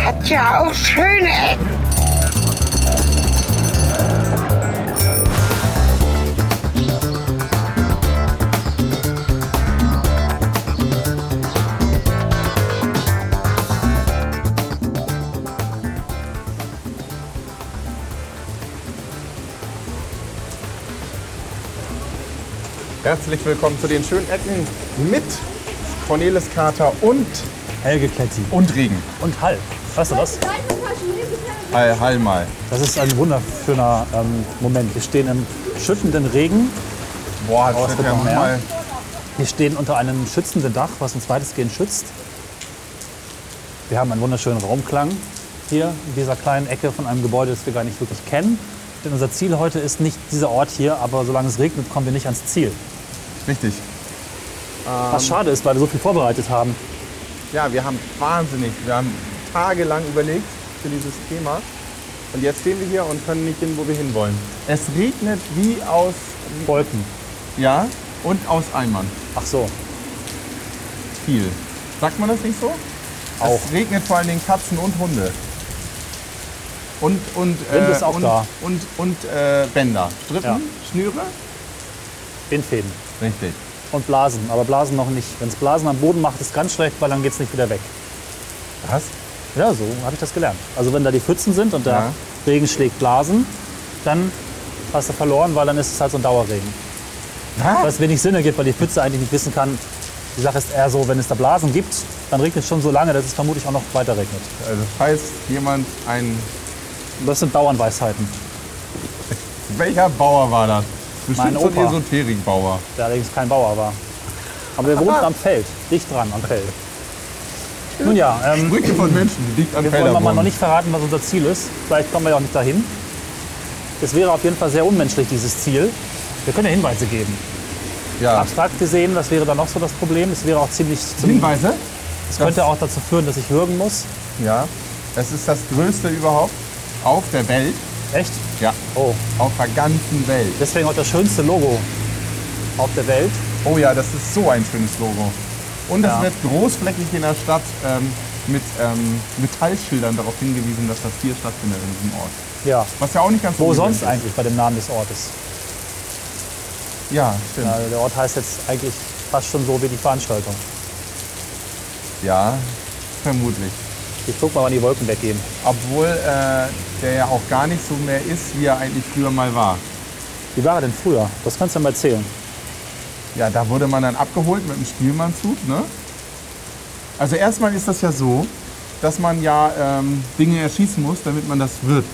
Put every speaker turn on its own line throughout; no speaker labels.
hat ja auch schöne Ecken.
Herzlich willkommen zu den schönen Ecken mit Cornelis Kater und
Helge Kletti.
und Regen.
Und Hall. Weißt du was?
Hall, Hall mal.
Das ist ein wunderschöner ähm, Moment. Wir stehen im schüttenden Regen.
Boah,
Oh, es
das wird
wird
ja
noch mehr.
nochmal.
Wir stehen unter einem schützenden Dach, was uns weitestgehend schützt. Wir haben einen wunderschönen Raumklang hier in dieser kleinen Ecke von einem Gebäude, das wir gar nicht wirklich kennen. Denn unser Ziel heute ist nicht dieser Ort hier, aber solange es regnet, kommen wir nicht ans Ziel.
Richtig.
Was schade ist, weil wir so viel vorbereitet haben.
Ja, wir haben wahnsinnig, wir haben tagelang überlegt für dieses Thema. Und jetzt stehen wir hier und können nicht hin, wo wir hinwollen. Es regnet wie aus.
Wolken.
Ja, und aus Eimern.
Ach so,
Viel. Sagt man das nicht so?
Auch.
Es regnet vor allen Dingen Katzen und Hunde. Und, und, äh,
Wind ist auch
und,
da.
und, und äh, Bänder. Strippen,
Ja.
Schnüre.
Windfäden
Richtig.
und Blasen. Aber Blasen noch nicht. Wenn es Blasen am Boden macht, ist ganz schlecht, weil dann geht es nicht wieder weg.
Was?
Ja, so habe ich das gelernt. Also wenn da die Pfützen sind und der
Ja.
Regen schlägt Blasen, dann hast du verloren, weil dann ist es halt so ein Dauerregen.
Was?
Was wenig Sinn ergibt, weil die Pfütze eigentlich nicht wissen kann. Die Sache ist eher so, wenn es da Blasen gibt, dann regnet es schon so lange, dass es vermutlich auch noch weiter regnet.
Also falls jemand ein...
Das sind Bauernweisheiten.
Welcher Bauer war das? Bestimmt
Mein
so ein
Opa.
Esoterikbauer.
Der allerdings kein Bauer war. Aber wir wohnten am Feld, dicht dran am Feld. Nun ja, ähm,
Brücke von Menschen, die dicht an
Wir
Felder
wollen mal noch
wohnen.
nicht verraten, was unser Ziel ist. Vielleicht kommen wir ja auch nicht dahin. Es wäre auf jeden Fall sehr unmenschlich, dieses Ziel. Wir können ja Hinweise geben.
ja.
Abstrakt gesehen, das wäre dann noch so das Problem. Es wäre auch ziemlich. Zum,
Hinweise?
es könnte auch dazu führen, dass ich würgen muss.
Ja. Es ist das größte überhaupt auf der Welt.
Echt?
Ja.
Oh.
Auf der ganzen Welt.
Deswegen auch das schönste Logo auf der Welt.
Oh ja, das ist so ein schönes Logo. Und es
Ja.
wird großflächig in der Stadt ähm, mit ähm, Metallschildern darauf hingewiesen, dass das hier stattfindet in diesem Ort.
Ja.
Was ja auch nicht ganz
Wo
ungewöhnlich
sonst eigentlich bei dem Namen des Ortes?
ist. Ja, stimmt.
Also der Ort heißt jetzt eigentlich fast schon so wie die Veranstaltung.
Ja, vermutlich.
Ich guck mal, wann die Wolken weggehen.
Obwohl äh, der ja auch gar nicht so mehr ist, wie er eigentlich früher mal war.
Wie war er denn früher? Das kannst du mal erzählen.
Ja, da wurde man dann abgeholt mit einem Spielmannzug, ne? Also erstmal ist das ja so, dass man ja ähm, Dinge erschießen muss, damit man das wird.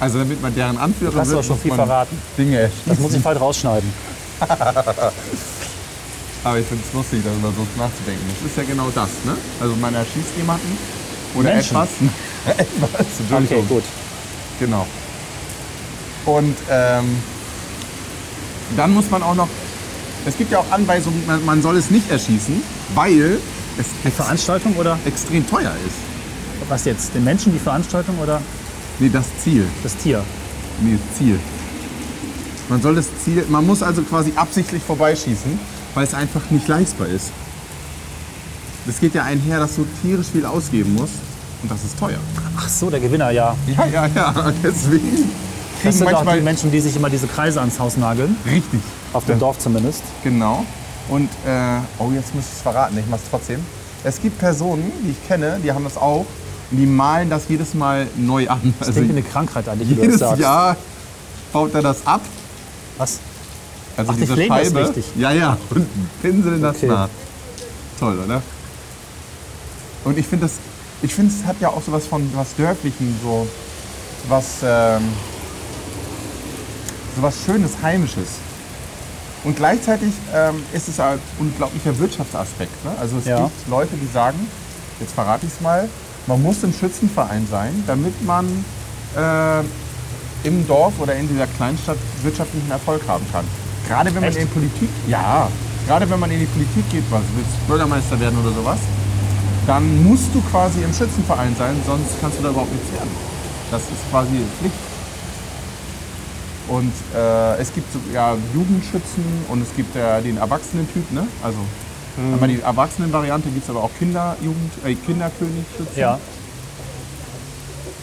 Also damit man deren Anführer
hast
wird,
doch schon
muss
viel
man
verraten.
Dinge erschießen.
Das muss ich bald rausschneiden.
Aber ich finde es lustig, darüber so nachzudenken. Das ist ja genau das, ne? Also man erschießt jemanden oder
Menschen.
etwas. etwas, Entschuldigung.
Okay, gut.
Genau. Und ähm, dann muss man auch noch, es gibt ja auch Anweisungen, man, man soll es nicht erschießen, weil es ex
Veranstaltung oder?
extrem teuer ist.
Was jetzt? Den Menschen die Veranstaltung oder
Nee, das Ziel.
das Tier?
Nee, Ziel. Man soll das Ziel, man muss also quasi absichtlich vorbeischießen, weil es einfach nicht leistbar ist. Das geht ja einher, dass du tierisch viel ausgeben musst und das ist teuer.
Ach so, der Gewinner, ja.
Ja, ja, ja, deswegen
Das
kriegen
sind auch die
manchmal...
Menschen, die sich immer diese Kreise ans Haus nageln.
Richtig,
Auf dem Dorf zumindest.
genau. Und, äh, oh, jetzt muss ich es verraten, ich mach's trotzdem. Es gibt Personen, die ich kenne, die haben das auch, und die malen das jedes Mal neu an.
Das
Also
klingt wie eine Krankheit eigentlich, wie du das
jedes
sagst.
Jahr baut er das ab
Was?
Also
Ach, die
diese
pflegen das
Scheibe.
richtig.
Ja, ja. Und pinseln das
Okay.
nach. Toll, oder? Und ich finde das, ich finde es hat ja auch sowas von was Dörflichen, so was, ähm, so was Schönes, Heimisches. Und gleichzeitig ähm, ist es ein unglaublicher Wirtschaftsaspekt. Ne? Also es
Ja.
gibt Leute, die sagen, jetzt verrate ich es mal, man muss im Schützenverein sein, damit man äh, im Dorf oder in dieser Kleinstadt wirtschaftlichen Erfolg haben kann. Gerade wenn man
Echt?
in die Politik, ja, gerade wenn man in die Politik geht, was du willst Bürgermeister werden oder sowas, dann musst du quasi im Schützenverein sein, sonst kannst du da überhaupt nichts werden. Das ist quasi Pflicht. Und äh, es gibt so- ja Jugendschützen und es gibt äh, den Erwachsenentyp, ne? Also
Mhm.
einmal die Erwachsenenvariante, gibt es aber auch Kinder, Jugend, äh, Kinderkönig
Ja.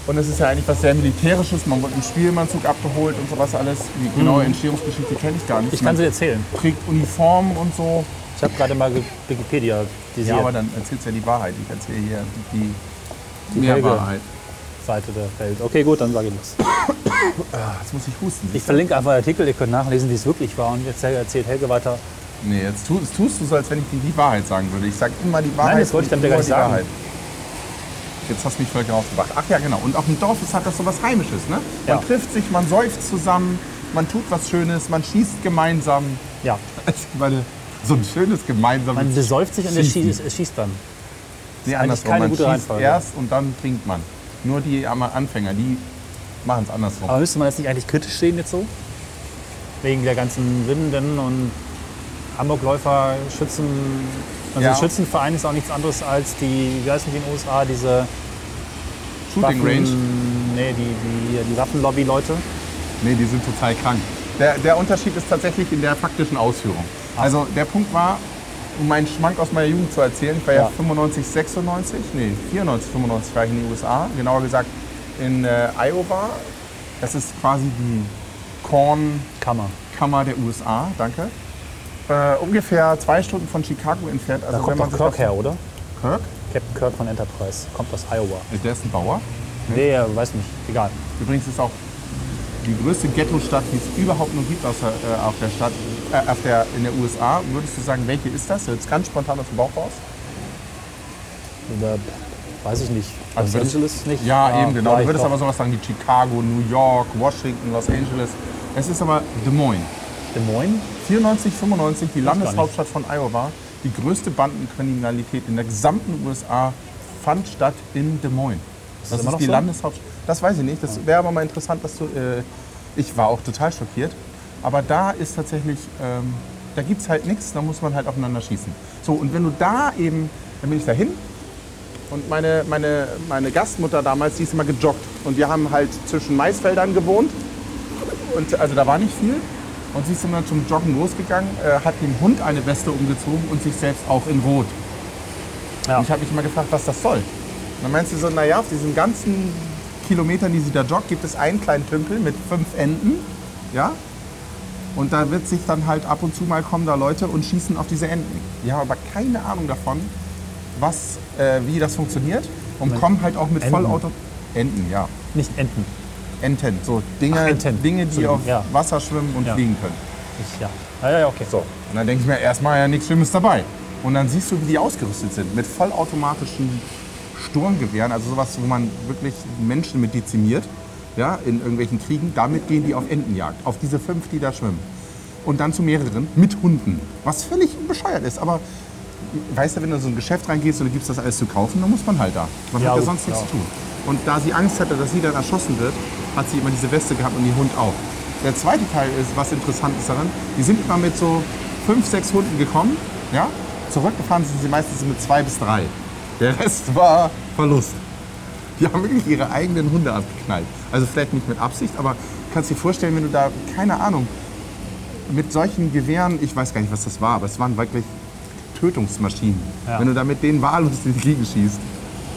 Und es ist ja eigentlich was sehr Militärisches. Man wird im Spielmannzug abgeholt und sowas alles. Die genaue Entstehungsgeschichte kenne ich gar nicht.
Hm. Ich kann sie
Man
erzählen.
trägt Uniformen und so.
Ich habe gerade mal ge- Wikipedia diese
Ja, aber dann erzählst du ja die Wahrheit. Ich erzähle hier die, die
Helge. Seite der Welt. Okay, gut, dann sage ich das.
Ah, Jetzt muss ich husten.
Ich verlinke einfach einen Artikel, ihr könnt nachlesen, wie es wirklich war. Und jetzt erzählt Helge weiter.
Nee, jetzt tu, das tust du so, als wenn ich dir die Wahrheit sagen würde. Ich sag immer die Wahrheit.
das wollte ich
und
damit ja
immer
gar nicht
die
sagen.
Wahrheit. Jetzt hast du mich voll rausgebracht. Ach ja, genau. Und auf dem Dorf ist, hat das so was Heimisches, ne? Man
Ja.
trifft sich, man säuft zusammen, man tut was Schönes, man schießt gemeinsam.
Ja,
Ich meine, so ein schönes gemeinsames
man besäuft sich und er
Schießen.
schießt, es schießt dann.
Nee,
eigentlich
andersrum.
keine
man
gute
schießt
Reihenfolge.
erst und dann trinkt man. Nur die am- Anfänger, die machen es andersrum.
Aber müsste man das nicht eigentlich kritisch sehen jetzt so? Wegen der ganzen Rinden und Hamburgläufer, Schützen. Also
Ja.
ein Schützenverein ist auch nichts anderes als die, wie heißen die in den USA, diese
Shooting Range.
Nee, die, die, die Waffenlobby-Leute.
Nee, die sind total krank. Der, der Unterschied ist tatsächlich in der faktischen Ausführung.
Ah.
Also der Punkt war, um meinen Schmank aus meiner Jugend zu erzählen, ich war ja,
Ja.
95, 96, nee, 94, 95 war ich in den USA, genauer gesagt in äh, Iowa. Das ist quasi die Kornkammer
Kammer.
der USA, danke. Äh, ungefähr zwei Stunden von Chicago entfernt. Also
Da kommt doch
sich
Kirk
das-
her, oder?
Kirk?
Captain Kirk von Enterprise. Kommt aus Iowa.
Der ist ein Bauer.
Nee, weiß nicht. Egal.
Übrigens ist auch die größte Ghetto-Stadt, die es überhaupt nur gibt aus der, äh, auf der Stadt, äh, auf der, in der USA. Würdest du sagen, welche ist das? Jetzt ganz spontan aus dem Bauch raus.
Oder, weiß ich nicht.
Also
Los
würdest-
Angeles nicht? Ah,
Ja, eben genau. Du
vielleicht
würdest
doch.
aber sowas sagen wie Chicago, New York, Washington, Los Angeles. Es ist aber Des Moines.
Des Moines?
94, 95, die
gar nicht.
Landeshauptstadt von Iowa. Die größte Bandenkriminalität in der gesamten USA fand statt in Des Moines. Das,
immer
ist
noch
die
so?
Landeshauptstadt. Das weiß ich nicht. Das wäre aber mal interessant, dass du. Äh, ich war auch total schockiert. Aber da ist tatsächlich. Ähm, da gibt es halt nichts, da muss man halt aufeinander schießen. So, und wenn du da eben. Dann bin ich dahin. Und meine, meine, meine Gastmutter damals, die ist immer gejoggt. Und wir haben halt zwischen Maisfeldern gewohnt. Und also da war nicht viel. Und sie ist immer zum Joggen losgegangen, äh, hat dem Hund eine Weste umgezogen und sich selbst auch in Rot.
Ja.
Und ich habe mich immer gefragt, was das soll. Und dann meinst du so, naja, auf diesen ganzen Kilometern, die sie da joggt, gibt es einen kleinen Tümpel mit fünf Enden. Ja? Und da wird sich dann halt ab und zu mal kommen da Leute und schießen auf diese Enden. Die haben aber keine Ahnung davon, was, äh, wie das funktioniert und kommen halt auch mit
Enten.
Vollauto. Enden, ja.
Nicht Enten.
Enten, so Dinge,
Ach, Enten.
Dinge die
Entschuldigung,
auf
ja.
Wasser schwimmen und
Ja.
fliegen können.
Ich, ja. Ah, ja, ja, ja, okay.
So. Und dann denke ich mir, erstmal ja nichts Schlimmes dabei. Und dann siehst du, wie die ausgerüstet sind. Mit vollautomatischen Sturmgewehren, also sowas, wo man wirklich Menschen mit dezimiert, ja, in irgendwelchen Kriegen. Damit gehen die auf Entenjagd, auf diese fünf, die da schwimmen. Und dann zu mehreren mit Hunden. Was völlig bescheuert ist. Aber weißt du, wenn du in so ein Geschäft reingehst und du gibst das alles zu kaufen, dann muss man halt da. Man
Ja,
hat ja
gut,
sonst nichts
ja.
zu tun. Und da sie Angst hatte, dass sie dann erschossen wird, hat sie immer diese Weste gehabt und den Hund auch. Der zweite Teil ist, was interessant ist daran, die sind immer mit so fünf, sechs Hunden gekommen, ja? Zurückgefahren sind sie meistens mit zwei bis drei. Der Rest war Verlust. Die haben wirklich ihre eigenen Hunde abgeknallt. Also vielleicht nicht mit Absicht, aber kannst dir vorstellen, wenn du da, keine Ahnung, mit solchen Gewehren, ich weiß gar nicht, was das war, aber es waren wirklich Tötungsmaschinen.
Ja.
Wenn du da mit denen wahllos in die Fliegen schießt,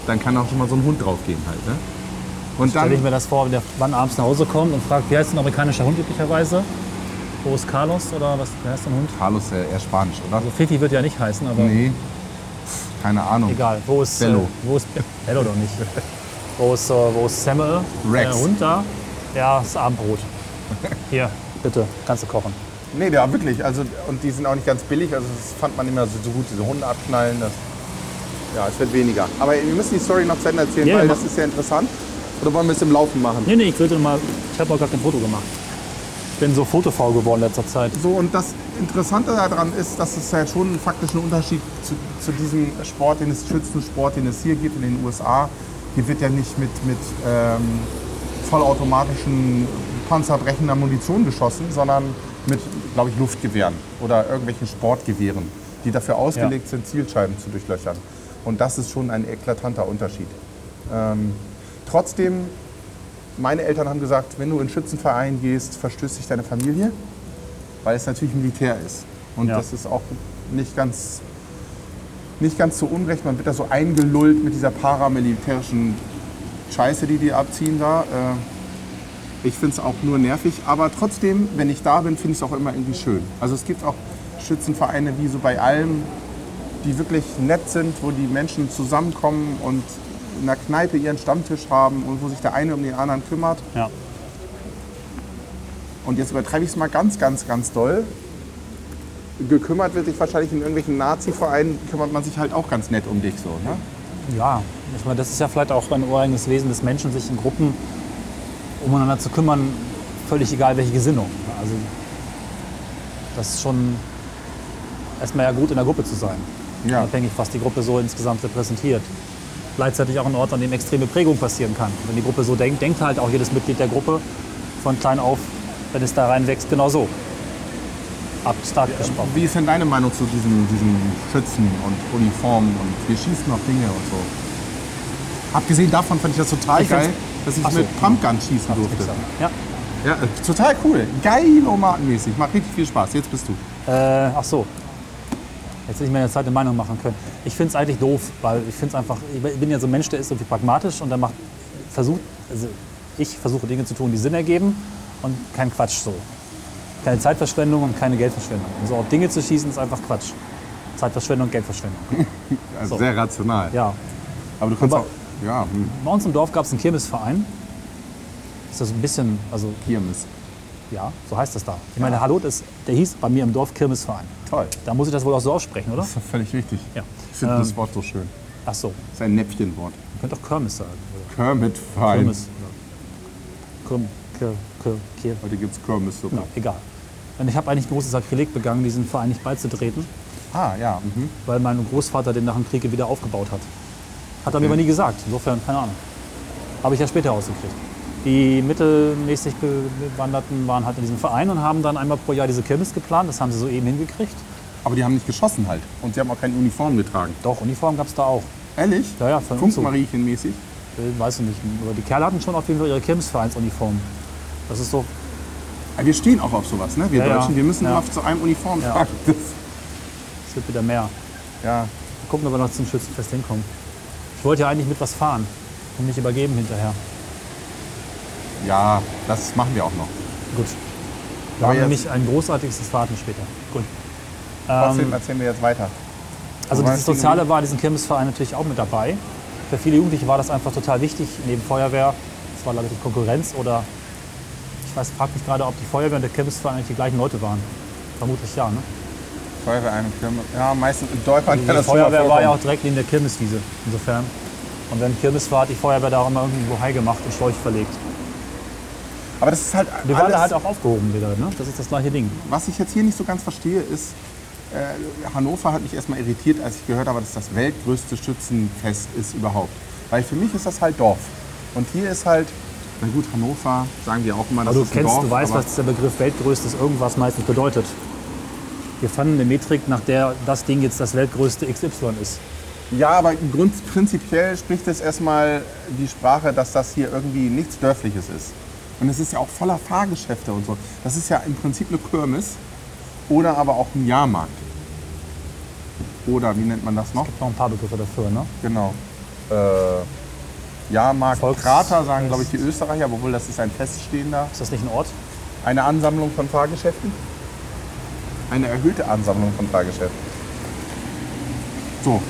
dann kann auch schon mal so ein Hund draufgehen halt. Ne? Und
Stelle ich
dann,
mir das vor, wenn der Mann abends nach Hause kommt und fragt, wie heißt ein amerikanischer Hund üblicherweise? Wo ist Carlos oder was wie heißt ein Hund?
Carlos, äh, eher Spanisch, oder?
Also Fifi wird ja nicht heißen, aber
nee, keine Ahnung.
egal. Wo ist
Bello.
Äh, wo ist Bello doch nicht? Wo ist, äh, wo ist Samuel?
Rex.
Der Hund da? Ja, das Abendbrot. Hier, bitte, kannst du kochen.
Nee, ja, wirklich. Also, und die sind auch nicht ganz billig. Also, das fand man immer so, so gut, diese Hunde abknallen. Das, ja, es wird weniger. Aber wir müssen die Story noch zu Ende erzählen,
Ja,
weil
mach.
das ist ja interessant. Oder wollen wir es im Laufen machen?
Nee, nee, ich würde mal. Ich habe auch gar kein Foto gemacht. Ich bin so fotofaul geworden in letzter Zeit.
So, und das Interessante daran ist, dass es ja schon einen faktischen Unterschied zu, zu diesem Sport, den es Schützensport, den es hier gibt in den USA. Hier wird ja nicht mit, mit ähm, vollautomatischen panzerbrechender Munition geschossen, sondern mit, glaube ich, Luftgewehren oder irgendwelchen Sportgewehren, die dafür ausgelegt sind, Zielscheiben zu durchlöchern. Und das ist schon ein eklatanter Unterschied. Ähm, trotzdem, meine Eltern haben gesagt, wenn du in einen Schützenverein gehst, verstößt sich deine Familie weil es natürlich Militär ist. Und
Ja.
das ist auch nicht ganz, nicht ganz zu Unrecht. Man wird da so eingelullt mit dieser paramilitärischen Scheiße, die die abziehen da. Äh, ich finde es auch nur nervig, aber trotzdem, wenn ich da bin, finde ich es auch immer irgendwie schön. Also es gibt auch Schützenvereine, wie so bei allem, die wirklich nett sind, wo die Menschen zusammenkommen und in der Kneipe ihren Stammtisch haben und wo sich der eine um den anderen kümmert.
Ja.
Und jetzt übertreibe ich es mal ganz, ganz, ganz doll. Gekümmert wird sich wahrscheinlich in irgendwelchen Nazi-Vereinen, kümmert man sich halt auch ganz nett um dich so. Ne?
Ja, ich meine, das ist ja vielleicht auch ein ureigenes Wesen des Menschen, sich in Gruppen umeinander zu kümmern, völlig egal welche Gesinnung. Also das ist schon erstmal ja gut in der Gruppe zu sein,
Ja.
unabhängig was die Gruppe so insgesamt repräsentiert. Gleichzeitig auch ein Ort, an dem extreme Prägung passieren kann. Wenn die Gruppe so denkt, denkt halt auch jedes Mitglied der Gruppe von klein auf, wenn es da reinwächst, genau so. Abstrakt gesprochen.
Wie ist denn deine Meinung zu diesen, diesen Schützen und Uniformen und wir schießen auf Dinge und so? Abgesehen davon fand ich das total
Ich find's-
geil, dass ich
Ach so.
mit Pumpgun schießen durfte.
Ja.
Ja, äh, total cool. Geil omatenmäßig. Macht richtig viel Spaß. Jetzt bist du.
Äh, ach so. Jetzt hätte ich mir eine Zeit eine Meinung machen können. Ich finde es eigentlich doof, weil ich finde es einfach, ich bin ja so ein Mensch, der ist irgendwie pragmatisch und der macht, versucht, also ich versuche Dinge zu tun, die Sinn ergeben und kein Quatsch so. Keine Zeitverschwendung und keine Geldverschwendung. Und so auf Dinge zu schießen ist einfach Quatsch. Zeitverschwendung, Geldverschwendung.
Also
So.
Sehr rational.
Ja,
Aber du kannst
Aber-
auch. Ja, hm,
bei uns im Dorf gab es einen Kirmesverein. Ist das ein bisschen, also
Kirmes.
ja, so heißt das da. Ich meine, Hallo, das, der hieß bei mir im Dorf Kirmesverein.
Toll.
Da muss ich das wohl auch so aussprechen, oder?
Das ist doch völlig richtig.
Ja.
Ich finde
Ähm.
das Wort so schön.
Ach so,
Das ist ein Näpfchenwort.
ihr könnt auch Kirmes sagen. Oder?
Kermit Fein.
Kirmes. Kirm, Kir, Kir, Kir.
Heute gibt's Kirmessuppe.
Na, Genau, egal. Und ich habe eigentlich ein großes Sakrileg begangen, diesem Verein nicht beizutreten,
Ah, ja. Mhm.
weil mein Großvater den nach dem Krieg wieder aufgebaut hat. Hat er mir aber nie gesagt. Insofern, keine Ahnung. Habe ich ja später rausgekriegt. Die mittelmäßig Bewanderten waren halt in diesem Verein und haben dann einmal pro Jahr diese Kirmes geplant. Das haben sie soeben hingekriegt.
Aber die haben nicht geschossen halt. Und sie haben auch keine Uniform getragen.
Doch, Uniform gab es da auch.
Ehrlich?
Ja, ja, von Umzug.
Funkmariechenmäßig.
Äh, Weiß ich nicht. Aber die Kerle hatten schon auf jeden Fall ihre Kirmesvereinsuniform. Das ist so
Aber wir stehen auch auf sowas, ne? Wir
Ja, ja.
Deutschen, wir müssen
Ja.
immer zu einem Uniform
Ja.
tragen. Das,
Es wird wieder mehr.
ja.
Mal gucken, ob wir noch zum Schützenfest hinkommen. Ich wollte ja eigentlich mit was fahren und mich übergeben hinterher.
ja, das machen wir auch noch.
Gut. Wir
Aber
haben
jetzt-
nämlich ein großartiges Warten später. Gut.
Trotzdem erzählen wir jetzt weiter.
Also
Wobei
dieses
es ging
Soziale war diesen Kirmesverein natürlich auch mit dabei. Für viele Jugendliche war das einfach total wichtig, neben Feuerwehr. Das war, glaube ich, die Konkurrenz oder ich weiß, frag mich gerade, ob die Feuerwehr und der Kirmesverein eigentlich die gleichen Leute waren. Vermutlich ja, ne?
Feuerwehr, eine Kirmes. Ja, meistens in Dörfern
Die
kann das schon mal
Feuerwehr war ja auch
vorkommen.
direkt neben der Kirmeswiese, insofern. Und wenn Kirmes war, hat die Feuerwehr da auch immer irgendwie Bohai gemacht und Schläuche verlegt.
Aber das ist halt
Wir waren
alles,
da halt auch aufgehoben wieder, ne? Das ist das gleiche Ding.
Was ich jetzt hier nicht so ganz verstehe, ist, äh, Hannover hat mich erstmal irritiert, als ich gehört habe, dass das weltgrößte Schützenfest ist überhaupt. Weil für mich ist das halt Dorf. Und hier ist halt, na gut, Hannover, sagen wir auch immer, das
Also du
ist ein
kennst,
Dorf.
du weißt,
aber-
was der Begriff weltgrößtes irgendwas meistens bedeutet. Wir fanden eine Metrik, nach der das Ding jetzt das weltgrößte XY ist.
Ja, aber grund, prinzipiell spricht es erstmal die Sprache, dass das hier irgendwie nichts Dörfliches ist. Und es ist ja auch voller Fahrgeschäfte und so. Das ist ja im Prinzip eine Kirmes oder aber auch ein Jahrmarkt. Oder wie nennt man das noch?
Noch ein paar Begriffe dafür, ne?
Genau. Äh, Jahrmarkt,
Volks-
Krater sagen, glaube ich, die Österreicher, obwohl das ist ein feststehender.
Ist das nicht ein Ort?
Eine Ansammlung von Fahrgeschäften? Eine erhöhte Ansammlung von Fahrgeschäften. So,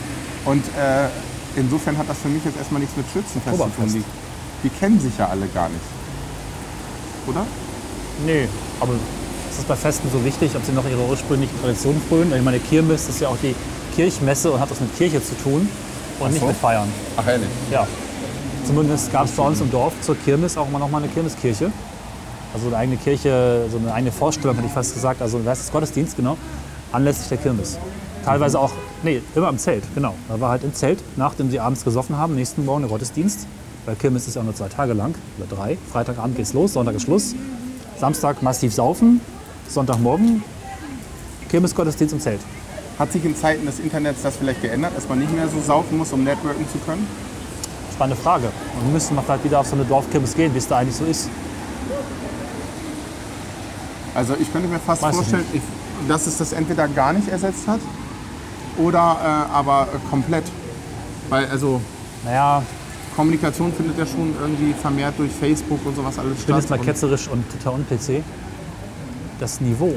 und äh, insofern hat das für mich jetzt erstmal nichts mit Schützenfest zu tun.
Oktoberfest.
Die, die kennen sich ja alle gar nicht. Oder?
Nee. Aber ist das bei Festen so wichtig, ob sie noch ihre ursprünglichen Traditionen frönen? Ich meine, Kirmes ist ja auch die Kirchmesse und hat was mit Kirche zu tun und nicht
so.
mit Feiern.
Ach, ehrlich?
Ja. Zumindest gab es bei uns im Dorf zur Kirmes auch immer noch mal eine Kirmeskirche. Also eine eigene Kirche, so eine eigene Vorstellung, hätte ich fast gesagt. Also das ist Gottesdienst, genau. Anlässlich der Kirmes. Teilweise auch, nee, immer im Zelt, genau. Da war halt im Zelt, nachdem sie abends gesoffen haben, nächsten Morgen der Gottesdienst. Weil Kirmes ist ja nur zwei Tage lang, oder drei. Freitagabend geht's los, Sonntag ist Schluss. Samstag massiv saufen, Sonntagmorgen Kirmesgottesdienst im Zelt.
Hat sich in Zeiten des Internets das vielleicht geändert, dass man nicht mehr so saufen muss, um networken zu können?
Spannende Frage. Und wir müssen mal halt wieder auf so eine Dorfkirmes gehen, wie es da eigentlich so ist.
Also ich könnte mir fast
Weiß ich
vorstellen, ich dass es das entweder gar nicht ersetzt hat oder äh, aber äh, komplett. Weil also
Naja,
Kommunikation findet ja schon irgendwie vermehrt durch Facebook und sowas alles
Ich bin jetzt mal
Und-
ketzerisch und total unpc. Das Niveau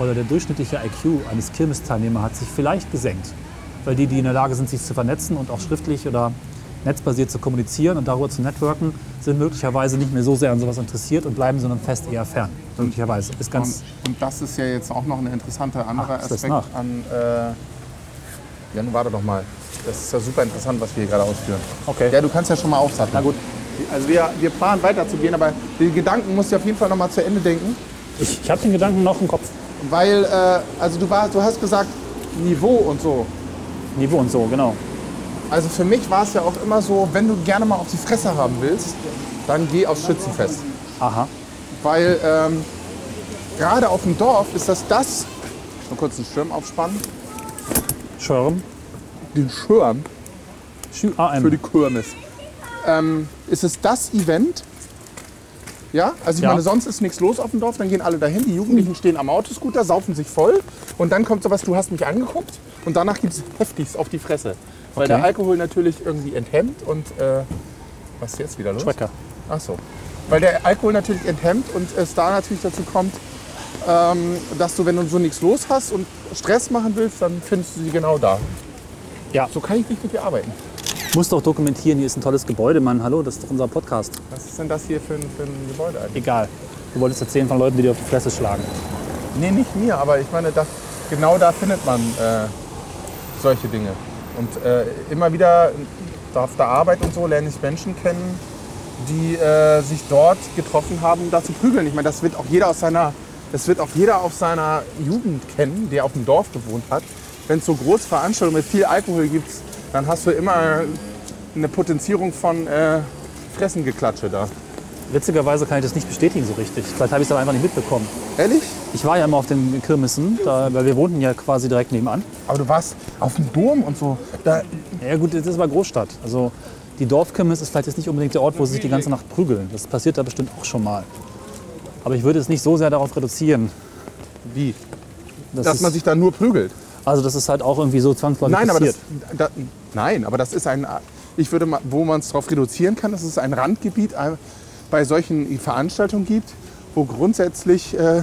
oder der durchschnittliche IQ eines Kirmesteilnehmers hat sich vielleicht gesenkt, weil die, die in der Lage sind, sich zu vernetzen und auch schriftlich oder netzbasiert zu kommunizieren und darüber zu networken, sind möglicherweise nicht mehr so sehr an sowas interessiert und bleiben sondern fest eher fern. Möglicherweise. Ist ganz
Und, und das ist ja jetzt auch noch ein interessanter anderer
Ach, ist das
Aspekt
nach?
an. Äh, ja, nun warte doch mal. Das ist ja super interessant, was wir hier gerade ausführen.
Okay.
Ja, du kannst ja schon mal aufsatteln. Na gut. Also wir, wir planen weiterzugehen, aber den Gedanken musst du auf jeden Fall noch mal zu Ende denken.
Ich, ich habe den Gedanken noch im Kopf.
Weil, äh, also du, war, du hast gesagt, Niveau und so.
Niveau und so, genau.
Also für mich war es ja auch immer so, wenn du gerne mal auf die Fresse haben willst, dann geh aufs Schützenfest.
Aha.
Weil ähm, gerade auf dem Dorf ist das das... Mal kurz den Schirm aufspannen.
Schirm.
Den Schirm?
Schü ah, AM.
für die Kirmes. Ähm, ist es das Event? Ja, also ich
Ja. Hm.
meine, sonst ist nichts los auf dem Dorf, dann gehen alle dahin, die Jugendlichen stehen am Autoscooter, saufen sich voll und dann kommt sowas, du hast mich angeguckt und danach gibt es heftigst auf die Fresse. Weil
Okay.
der Alkohol natürlich irgendwie enthemmt und äh, was ist jetzt wieder los?
Schwecker.
Ach so. Weil der Alkohol natürlich enthemmt und es da natürlich dazu kommt, ähm, dass du, wenn du so nichts los hast und Stress machen willst, dann findest du sie genau da.
Ja.
So kann ich nicht mit dir arbeiten.
Muss doch dokumentieren, hier ist ein tolles Gebäude, Mann. Hallo, das ist doch unser Podcast.
Was ist denn das hier für ein, für ein Gebäude eigentlich?
Egal. Du wolltest erzählen von Leuten, die dir auf die Fresse schlagen.
Nee, nicht mir, aber ich meine, das, genau da findet man äh, solche Dinge. Und äh, immer wieder da auf der Arbeit und so lerne ich Menschen kennen, die äh, sich dort getroffen haben, um da zu prügeln. Ich meine, das wird auch jeder aus seiner, das wird auch jeder aus seiner Jugend kennen, der auf dem Dorf gewohnt hat. Wenn es so große Veranstaltungen mit viel Alkohol gibt, dann hast du immer eine Potenzierung von äh, Fressengeklatsche da.
Witzigerweise kann ich das nicht bestätigen so richtig. Vielleicht habe ich es aber einfach nicht mitbekommen.
Ehrlich?
Ich war ja immer auf den Kirmessen, da, weil wir wohnten ja quasi direkt nebenan.
Aber du warst auf dem Dom und so. Da,
Ja gut, das ist aber Großstadt. Also die Dorfkirmes ist vielleicht jetzt nicht unbedingt der Ort, wo sie sich die ganze Nacht prügeln. Das passiert da bestimmt auch schon mal. Aber ich würde es nicht so sehr darauf reduzieren.
Wie?
Das
Dass
ist,
man sich da nur prügelt.
also das ist halt auch irgendwie so zwangsläufig
Nein, aber
passiert.
das, da, nein, aber das ist ein, ich würde mal, wo man es drauf reduzieren kann, dass es ein Randgebiet äh, bei solchen Veranstaltungen gibt, wo grundsätzlich äh,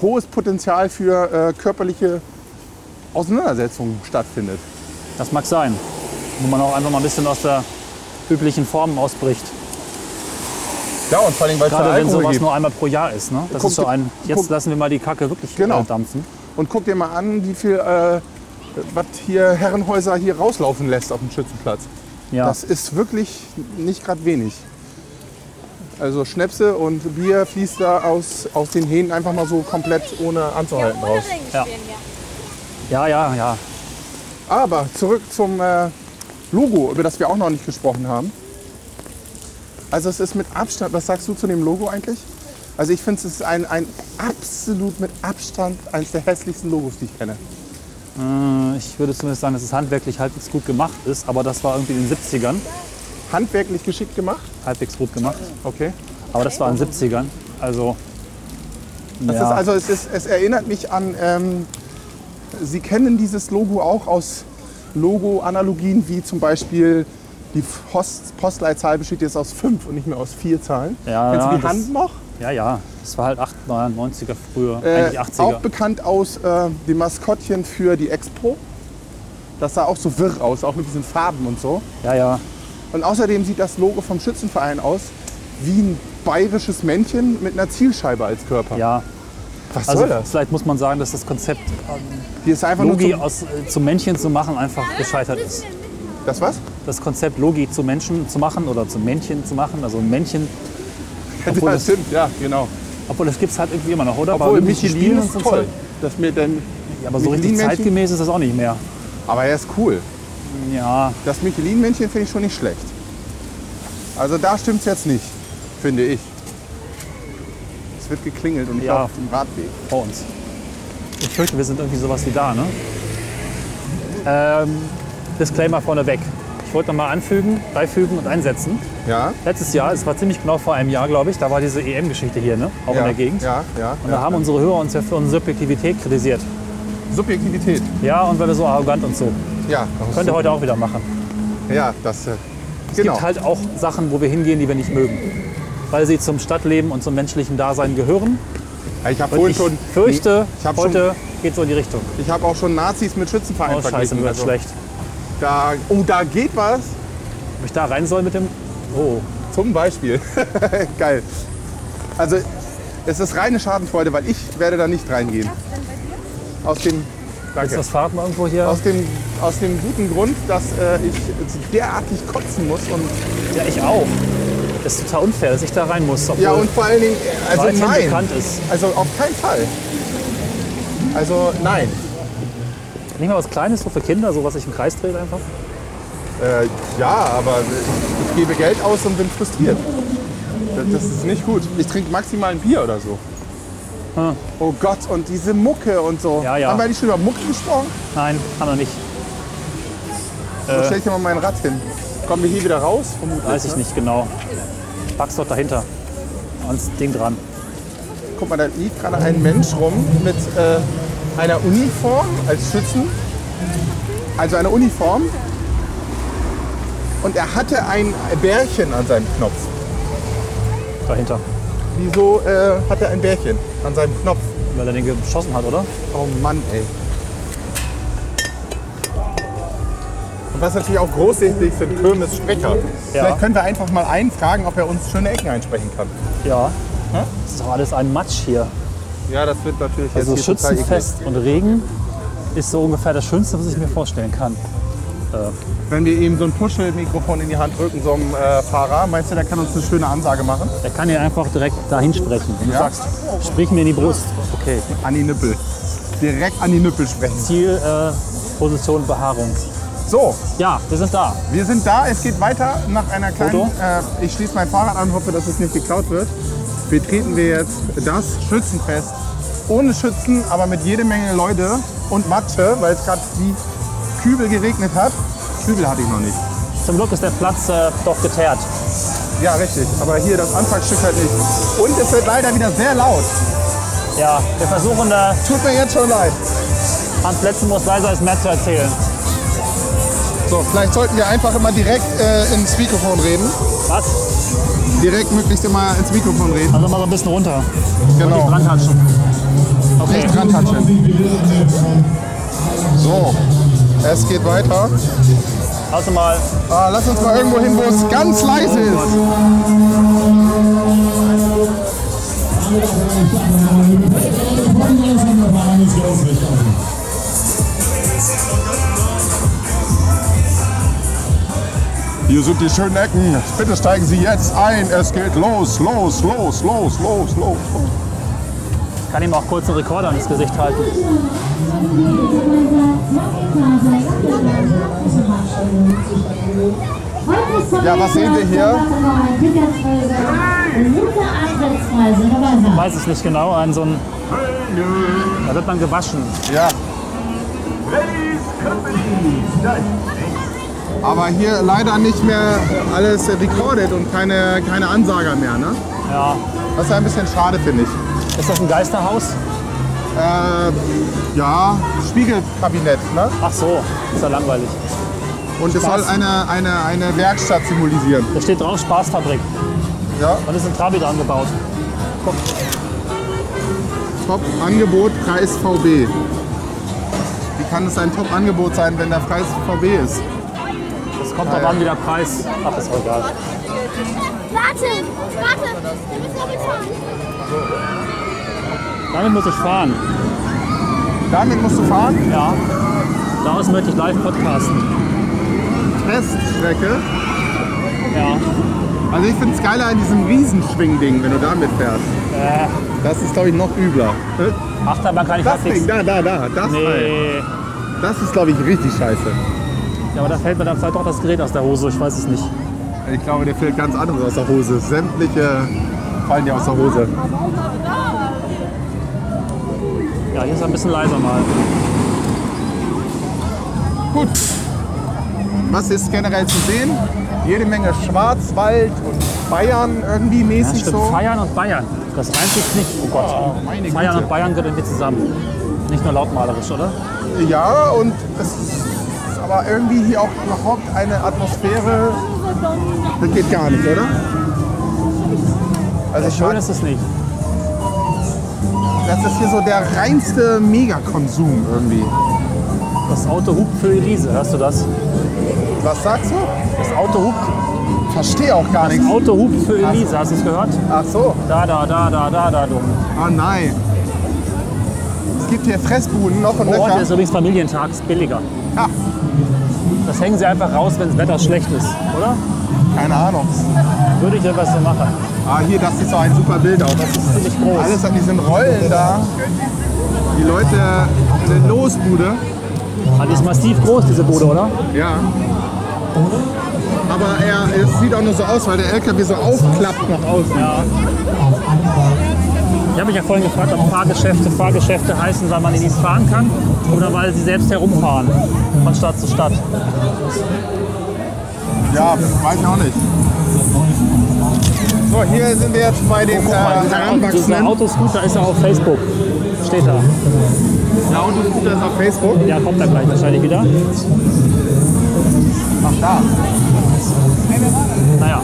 hohes Potenzial für äh, körperliche Auseinandersetzungen stattfindet.
Das, mag sein. Wo man auch einfach mal ein bisschen aus der üblichen Form ausbricht.
Ja, und vor allem, weil
Gerade wenn sowas nur einmal pro Jahr ist. Ne? Das
Guck
ist so
dir-
ein, jetzt
guck-
lassen wir mal die Kacke wirklich
Genau.
äh, dampfen.
Und guck dir mal an, wie viel äh, was hier Herrenhäuser hier rauslaufen lässt auf dem Schützenplatz.
Ja.
Das ist wirklich nicht gerade wenig. Also Schnäpse und Bier fließt da aus, aus den Hähnen einfach mal so komplett ohne anzuhalten raus.
Ja. ja, ja, ja.
Aber zurück zum äh, Logo, über das wir auch noch nicht gesprochen haben. Also es ist mit Abstand, was sagst du zu dem Logo eigentlich? Also ich finde es ist ein, ein absolut mit Abstand eines der hässlichsten Logos, die ich kenne.
Äh, Ich würde zumindest sagen, dass es handwerklich halbwegs gut gemacht ist, aber das war irgendwie in den 70ern.
Handwerklich geschickt gemacht.
Halbwegs gut gemacht.
Okay.
Aber das war in den 70ern. Also.
Das
ja.
ist also, es, ist, es erinnert mich an, ähm, Sie kennen dieses Logo auch aus Logo-Analogien wie zum Beispiel die Post, Postleitzahl besteht jetzt aus fünf und nicht mehr aus vier Zahlen.
Ja,
Kennst
ja,
du die
das-
Hand noch?
ja, ja. Das war halt 8, 90er früher,
Äh,
eigentlich
auch
80er.
bekannt aus äh, dem Maskottchen für die Expo. Das sah auch so wirr aus, auch mit diesen Farben und so.
Ja, ja.
Und außerdem sieht das Logo vom Schützenverein aus wie ein bayerisches Männchen mit einer Zielscheibe als Körper.
Ja,
Was
also
soll das?
vielleicht muss man sagen, dass das Konzept ähm,
Hier ist einfach
Logi
nur zum,
aus, äh, zu Männchen zu machen einfach gescheitert ist.
das was?
Das Konzept Logi zu Menschen zu machen oder zu Männchen zu machen, also ein Männchen, Obwohl
ja,
das-
stimmt, ja, genau.
obwohl das gibt es halt irgendwie immer noch, oder? Bei
Obwohl
Olympischen
Michelin
Spielen
ist
und so
toll.
Zeug.
Dass mir denn,
Ja, aber so richtig
Michelin-Männchen-
zeitgemäß ist das auch nicht mehr.
Aber er ist cool.
Ja,
Das Michelin-Männchen finde ich schon nicht schlecht. Also da stimmt es jetzt nicht, finde ich. Es wird geklingelt und ich
Ja.
war auf dem Radweg.
bei uns. Ich fürchte, wir sind irgendwie sowas wie da, ne? Ähm, Disclaimer vorneweg. Ich wollte nochmal anfügen, beifügen und einsetzen.
Ja?
Letztes Jahr, es war ziemlich genau vor einem Jahr, glaube ich, da war diese EM-Geschichte hier, ne? Auch in
ja,
der Gegend.
Ja, ja.
Und
ja.
da haben unsere Hörer uns ja für unsere Subjektivität kritisiert.
Subjektivität.
Ja, und weil wir so arrogant und so.
Ja,
Könnt ihr heute auch wieder machen.
Ja, das. äh,
Es
Genau.
gibt halt auch Sachen, wo wir hingehen, die wir nicht mögen. Weil sie zum Stadtleben und zum menschlichen Dasein gehören.
Ich habe
halt- Und
vorhin
ich
schon. hm,
fürchte,
ich habe schon,
heute geht so in die Richtung.
ich hab auch schon Nazis mit Schützenvereinen
Oh, scheiße,
verglichen.
mir wird
Also,
schlecht.
Da, oh, da geht was.
Ob ich da rein soll mit dem... Oh,
Zum Beispiel. Geil. Also, es ist reine Schadenfreude, weil ich werde da nicht reingehen. Aus dem,
ist
danke.
das Fahrten irgendwo hier?
Aus dem, aus dem guten Grund, dass äh, ich derartig kotzen muss. Und,
ja, ich auch. Das ist total unfair, dass ich da rein muss. Obwohl
ja, und vor allen Dingen, äh, also
weithin
nein.
bekannt ist.
Also auf keinen Fall. Also nein.
Nicht mal was Kleines so für Kinder, so was ich im Kreis dreht einfach.
Äh, ja, aber ich, ich gebe Geld aus und bin frustriert. Das, das ist nicht gut. Ich trinke maximal ein Bier oder so.
Hm.
Oh Gott, und diese Mucke und so.
Ja, ja.
Haben wir nicht schon über Mucke gesprochen?
Nein, kann er nicht.
Wo stell ich denn mal mein Rad hin? Kommen wir hier wieder raus? Vermutlich,
Weiß ich
ne?
nicht genau. Pack's doch dahinter. Ans Ding dran.
Guck mal, da lief gerade ein Mensch rum mit äh, einer Uniform als Schützen. Also eine Uniform. Und er hatte ein Bärchen an seinem Knopf.
Dahinter.
Wieso äh, hat er ein Bärchen an seinem Knopf?
Weil er den geschossen hat, oder?
Oh Mann, ey. Und was natürlich auch großsichtig sind, Kirmes Sprecher. Vielleicht können wir einfach mal einen fragen, ob er uns schöne Ecken einsprechen kann.
Ja.
Hä?
Das ist doch alles ein Matsch hier.
Ja, das wird natürlich
Also
hier total
Schützenfest und Regen ist so ungefähr das Schönste, was ich mir vorstellen kann.
eklig. Wenn wir ihm so ein Puschel-Mikrofon in die Hand drücken, so einem äh, Fahrer, meinst du, der kann uns eine schöne Ansage machen?
Er kann hier einfach direkt dahin sprechen. Wenn du
Ja.
sagst, sprich mir in die Brust. Okay.
An die Nippel. Direkt an die Nippel sprechen.
Ziel, äh, Position, Behaarung.
So,
Ja, wir sind da.
wir sind da. Es geht weiter nach einer kleinen.
Foto?
Äh, ich schließe mein Fahrrad an, hoffe, dass es nicht geklaut wird. Betreten wir jetzt das Schützenfest. Ohne Schützen, aber mit jede Menge Leute und Matsche, weil es gerade wie Kübel geregnet hat. Kübel hatte ich noch nicht.
Zum Glück ist der Platz äh, doch geteert.
Ja, richtig. Aber hier das Anfangsstück halt nicht. Und es wird leider wieder sehr laut.
Ja, wir versuchen da
Tut mir jetzt schon leid.
Hans Plätzen muss leiser als mehr zu erzählen.
So, vielleicht sollten wir einfach immer direkt äh, ins Mikrofon reden.
Was?
Direkt möglichst immer ins Mikrofon reden.
Also mal so ein bisschen runter.
Genau.
Brandhatschen. Okay.
Nicht dran touchen. So, es geht weiter.
Also mal.
Ah, lass uns mal irgendwo hin, wo es ganz leise ist. Hier sind die schönen Ecken. Bitte steigen Sie jetzt ein. Es geht los, los, los, los, los, los.
Ich kann ihm auch kurz einen Rekorder ans Gesicht halten.
Ja, was sehen wir hier?
Weiß ich nicht genau, ein so ein. Da wird man gewaschen.
Ja. Aber hier leider nicht mehr alles recorded und keine, keine Ansager mehr, ne?
Ja.
Das ist ein bisschen schade, finde ich.
Ist das ein Geisterhaus?
Äh, ja, Spiegelkabinett, ne?
Ach so, ist ja langweilig.
Und es soll eine, eine, eine Werkstatt symbolisieren.
Da steht drauf Spaßfabrik
Ja,
und ist ein Trabi dran gebaut.
Top-Angebot, Preis VB. Wie kann es ein Top-Angebot sein, wenn der Preis VB ist?
Es kommt drauf an, wie der Preis. Ach, ist auch egal.
Warte, warte, wir müssen noch mitfahren.
Damit muss ich fahren.
Damit musst du fahren.
Ja. Daraus möchte ich live podcasten.
Teststrecke.
Ja.
Also ich finde es geiler an diesem Riesenschwingding, wenn du damit fährst.
Äh,
Das ist, glaube ich, noch übler. Äh,
Achterbahn kann ich
Das
halt nichts.
Ding, da, da, da, das Teil.
Nee.
Das ist, glaube ich, richtig scheiße.
Ja, aber da fällt mir dann vielleicht doch das Gerät aus der Hose, ich weiß es nicht.
Ich glaube, der fällt ganz anderes aus der Hose. Sämtliche fallen dir aus der Hose.
Ja, hier ist er ein bisschen leiser mal.
Gut. Was ist generell zu sehen? Jede Menge Schwarzwald und Bayern irgendwie
Ja,
mäßig
stimmt.
so.
Feiern und Bayern. Das reimt sich nicht. Oh Gott.
meine
Feiern
Güte.
und Bayern gehört irgendwie zusammen. Nicht nur lautmalerisch, oder?
Ja, und es ist aber aber irgendwie hier auch überhaupt eine Atmosphäre. Das geht gar nicht, oder? Also ich
Schön
mag,
ist es nicht.
das ist hier so der reinste Megakonsum irgendwie.
Das Auto hupt für Elise, hörst du das?
Was sagst du?
Das Auto hupt,
Verstehe auch gar
das
nichts.
Auto hupt für Elise, hast du es gehört?
Ach so.
Da, da, da, da, da, da, dumm.
Ah nein. Es gibt hier Fressbuden noch und
Vor Ort
lecker.
ist übrigens Familientag, ist billiger.
Ah.
Das hängen sie einfach raus, wenn das Wetter schlecht ist, oder?
Keine Ahnung.
Würde ich etwas so machen.
Ah, hier, das sieht so ein super Bild aus. Das ist
Ziemlich groß.
alles an diesen Rollen da. Die Leute, eine Losbude.
Ah, die ist massiv groß, diese Bude, oder?
Ja. Aber er, es sieht auch nur so aus, weil der LKW so aufklappt nach außen.
Ja. Ich habe mich ja vorhin gefragt, ob Fahrgeschäfte Fahrgeschäfte heißen, weil man in dies fahren kann oder weil sie selbst herumfahren von Stadt zu Stadt.
Ja, weiß ich auch nicht. So, hier sind wir jetzt bei den äh,
Dieser
Heranwachsenden.
Autoscooter ist ja auf Facebook. Steht da.
Der Autoscooter ist auf Facebook.
Ja, kommt da gleich wahrscheinlich wieder.
Ach, da.
Naja,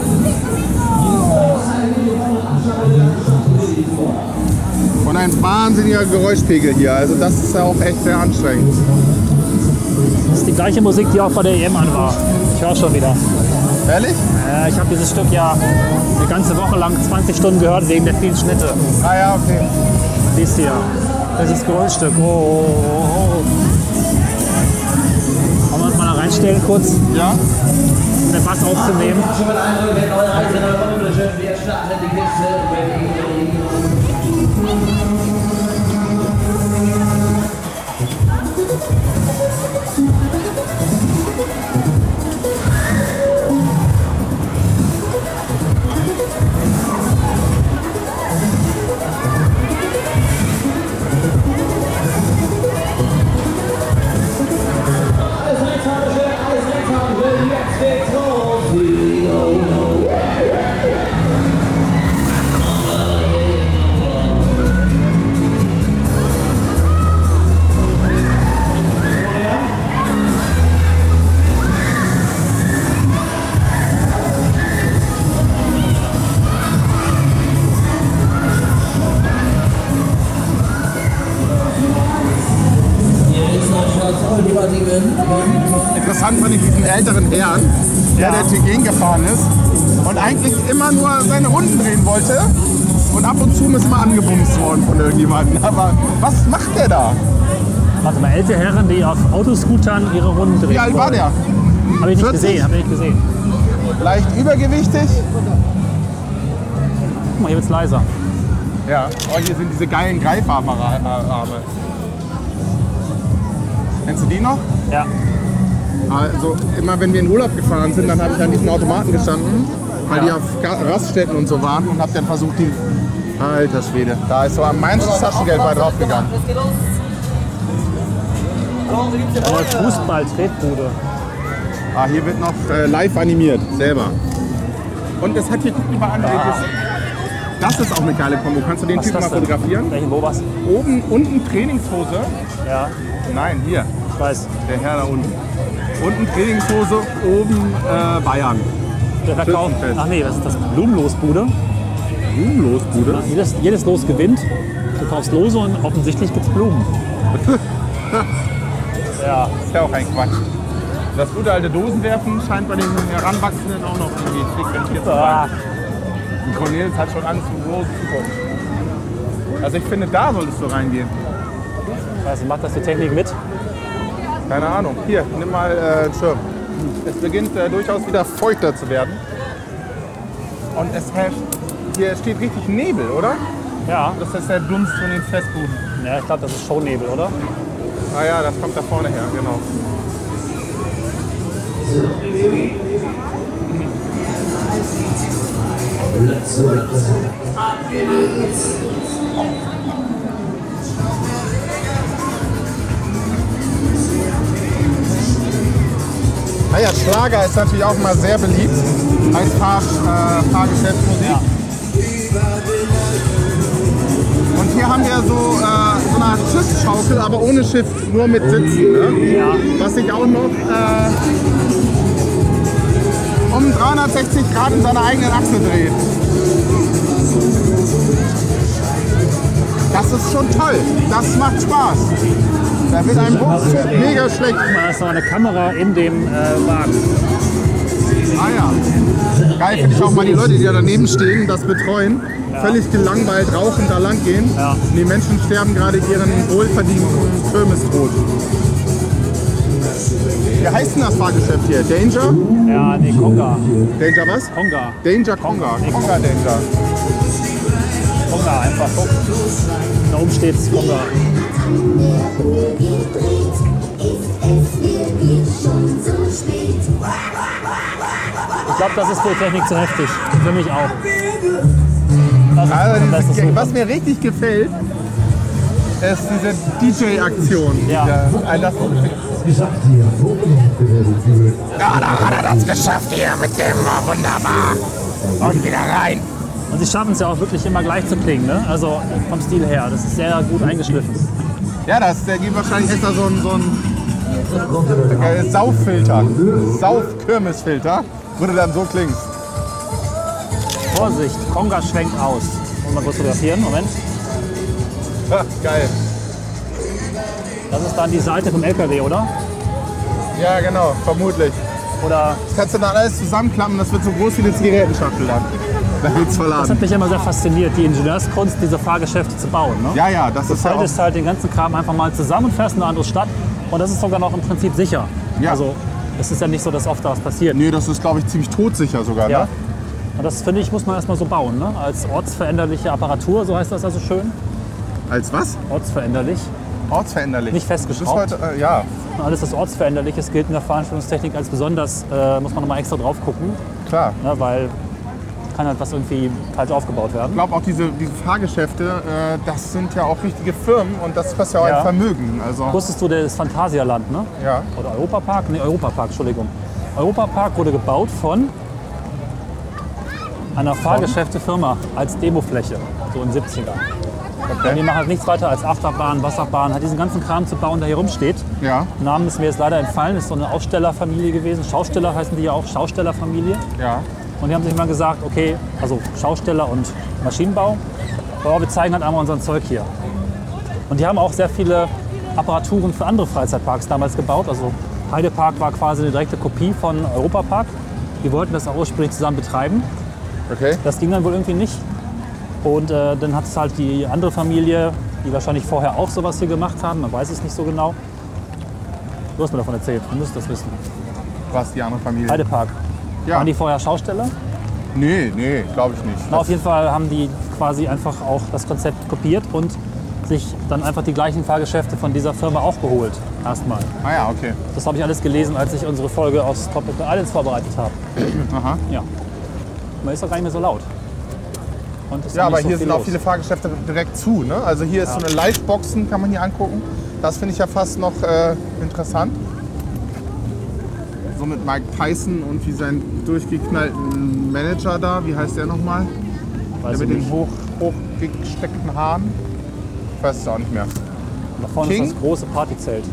Und ein wahnsinniger Geräuschpegel hier. Also, das ist ja auch echt sehr anstrengend.
das ist die gleiche Musik, die auch bei der EM an war. Ich höre schon wieder.
Ehrlich?
Äh, ich habe dieses Stück ja eine ganze Woche lang 20 Stunden gehört wegen der vielen Schnitte.
Ah, ja, okay.
Dies hier. Das ist Geräuschstück. Oh, oh, oh, oh. Wollen wir uns mal da reinstellen kurz,
Ja?
um den Bass aufzunehmen?
Interessant fand ich diesen älteren Herrn, der
Ja.
der Tegen gefahren ist und eigentlich immer nur seine Runden drehen wollte. Und ab und zu ist mal angebumst worden von irgendjemandem. Aber was macht der da?
Warte mal, ältere Herren, die auf Autoscootern ihre Runden drehen.
Wie alt war der?
Habe ich nicht
40?
gesehen, habe ich nicht gesehen.
Leicht übergewichtig?
Guck mal, hier wird's leiser.
Ja. Oh, hier sind diese geilen Greifarme. Arme. Kennst du die noch?
Ja.
Also immer wenn wir in Urlaub gefahren sind, dann habe ich an diesen Automaten gestanden, weil die
Ja.
auf Ga- Raststätten und so waren und habe dann versucht, die... Alter Schwede, da ist so am meisten Taschengeld bei draufgegangen.
Da läuft Fußball, Tretbude.
Ah, hier wird noch äh, live animiert, selber. Ah. Und es hat hier, guck überall, das, das ist auch eine geile Kombo. Kannst du den
Was ist
Typen mal
das denn?
fotografieren?
Welchen Bobas?
Oben, unten Trainingshose.
Ja,
Nein, hier,
ich weiß.
der Herr da unten. Unten Trainingshose, oben äh, Bayern.
Der Verkauf.
Schützenfest.
Ach nee, was ist das? Blumenlosbude.
Blumenlos, Bude.
Jedes, jedes Los gewinnt. Du kaufst Lose und offensichtlich gibt's Blumen. ja.
Ist ja auch ein Quatsch. Das gute alte Dosenwerfen scheint bei den Heranwachsenden auch noch irgendwie frequentiert zu
Ah,
sein. Und Cornelis hat schon Angst, um Rosen zu kommen. Also ich finde, da solltest du reingehen.
also macht das die Technik mit?
Keine Ahnung. Hier, nimm mal äh, einen Schirm. Es beginnt äh, durchaus wieder feuchter zu werden. Und es herrscht, hier steht richtig Nebel, oder?
Ja.
Das ist der Dunst von den Festbuden.
Ja, ich glaube, das ist Shownebel, oder?
Ah ja, das kommt da vorne her, genau. Naja, Ah Schlager ist natürlich auch immer sehr beliebt als Fahr, äh, Fahrgeschäftsmusik. Und Und hier haben wir so, äh, so eine Art Schiffsschaukel, aber ohne Schiff, nur mit Sitzen. Ne?
Ja.
Was sich auch noch äh, um 360 Grad in seiner eigenen Achse dreht. Das ist schon toll. Das macht Spaß. Da wird ein Boot mega schlecht.
Guck mal, da ist noch eine Kamera in dem äh, Wagen.
Ah ja. Geil, finde ich auch mal die Leute, die da daneben stehen, das betreuen, völlig gelangweilt rauchend da lang gehen.
Ja.
Und die Menschen sterben gerade ihren wohlverdienten Kirmestod. Wie heißt denn das Fahrgeschäft hier? Danger?
Ja, nee, Konga.
Danger was?
Konga.
Danger Konga.
Nee,
Konga Danger.
Konga einfach. Guck. Da oben steht's Konga. Ich glaube, das ist für die Technik zu heftig. Für mich auch. Das ist,
Also
das
dieses,
ist super.
was mir richtig gefällt, ist diese DJ-Aktion.
Ja.
ein- Äh, Das,
Ja, da hat er das geschafft hier mit dem. War Wunderbar. Und wieder rein.
Und sie schaffen es ja auch wirklich immer gleich zu klingen, ne? Also vom Stil her. Das ist sehr gut eingeschliffen.
ja, das der gibt wahrscheinlich extra so einen, so einen äh, Sauffilter. Saufkirmesfilter. Würde dann so klingen.
Vorsicht, Konga schwenkt aus. Wollen wir mal kurz fotografieren? Moment.
Ha, Geil.
Das ist dann die Seite vom LKW, oder?
Ja, genau, vermutlich.
Oder
Das kannst du dann alles zusammenklappen, das wird so groß wie eine Zigarettenschachtel dann. Da wird's
das
verladen.
hat mich immer sehr fasziniert, die Ingenieurskunst, diese Fahrgeschäfte zu bauen. Ne?
Ja, ja, das ist ja auch.
Haltest halt den ganzen Kram einfach mal zusammen, fährst in eine andere Stadt und das ist sogar noch im Prinzip sicher.
Ja.
Also es ist ja nicht so, dass oft da was passiert.
Nee, das ist, glaube ich, ziemlich todsicher sogar,
Ja.
ne?
Und das finde ich, muss man erstmal so bauen. Ne? Als ortsveränderliche Apparatur, so heißt das also schön.
Als was?
Ortsveränderlich.
Ortsveränderlich.
Nicht festgeschraubt.
Das ist heute, äh, ja.
Und alles, was ortsveränderlich ist, gilt in der Veranstaltungstechnik als besonders, äh, muss man nochmal extra drauf gucken,
Klar.
ne? weil kann halt was irgendwie falsch aufgebaut
Ich
werden.
glaube auch diese, diese Fahrgeschäfte, äh, das sind ja auch richtige Firmen und das kostet ja auch
Ja.
ein Vermögen. Also,
Wusstest du, das Phantasialand, ne?
ja.
Oder Europapark? Ne, Europapark, Entschuldigung. Europapark wurde gebaut von einer Fahrgeschäftefirma als Demofläche, so in den 70ern. Und die
Okay.
machen halt nichts weiter als Achterbahn, Wasserbahn, halt diesen ganzen Kram zu bauen, der hier rumsteht.
Ja,
Namen ist mir jetzt leider entfallen, ist so eine Aufstellerfamilie gewesen. Schausteller heißen die ja auch, Schaustellerfamilie.
ja.
Und die haben sich mal gesagt, okay, also Schausteller und Maschinenbau, aber wir zeigen halt einmal unser Zeug hier. Und die haben auch sehr viele Apparaturen für andere Freizeitparks damals gebaut. Also Heidepark war quasi eine direkte Kopie von Europapark. Die wollten das auch ursprünglich zusammen betreiben.
Okay.
Das ging dann wohl irgendwie nicht. Und äh, dann hat es halt die andere Familie, die wahrscheinlich vorher auch sowas hier gemacht haben, man weiß es nicht so genau. Du hast mir davon erzählt, du musst das wissen.
Was die andere Familie?
Heidepark.
Ja.
Waren die vorher Schausteller?
Nee, nee, glaube ich nicht.
Na, auf jeden Fall haben die quasi einfach auch das Konzept kopiert und sich dann einfach die gleichen Fahrgeschäfte von dieser Firma auch geholt. Erstmal.
Ah ja, okay.
Das habe ich alles gelesen, als ich unsere Folge aus Tropical Islands vorbereitet habe.
Aha.
Ja. Man ist doch gar nicht mehr so laut. Und es ist
Ja,
nicht
aber
so
hier
viel
sind auch
los.
viele Fahrgeschäfte direkt zu. Ne? Also hier ist so eine Liveboxen, kann man hier angucken. Das finde ich ja fast noch äh, interessant. So mit Mike Tyson und wie sein durchgeknallten Manager da, wie heißt der nochmal? Der
Weiß ich
mit den
nicht.
hoch, hochgesteckten Haaren. Ich weiß es auch nicht mehr.
Da vorne ist
King?
das große Partyzelt.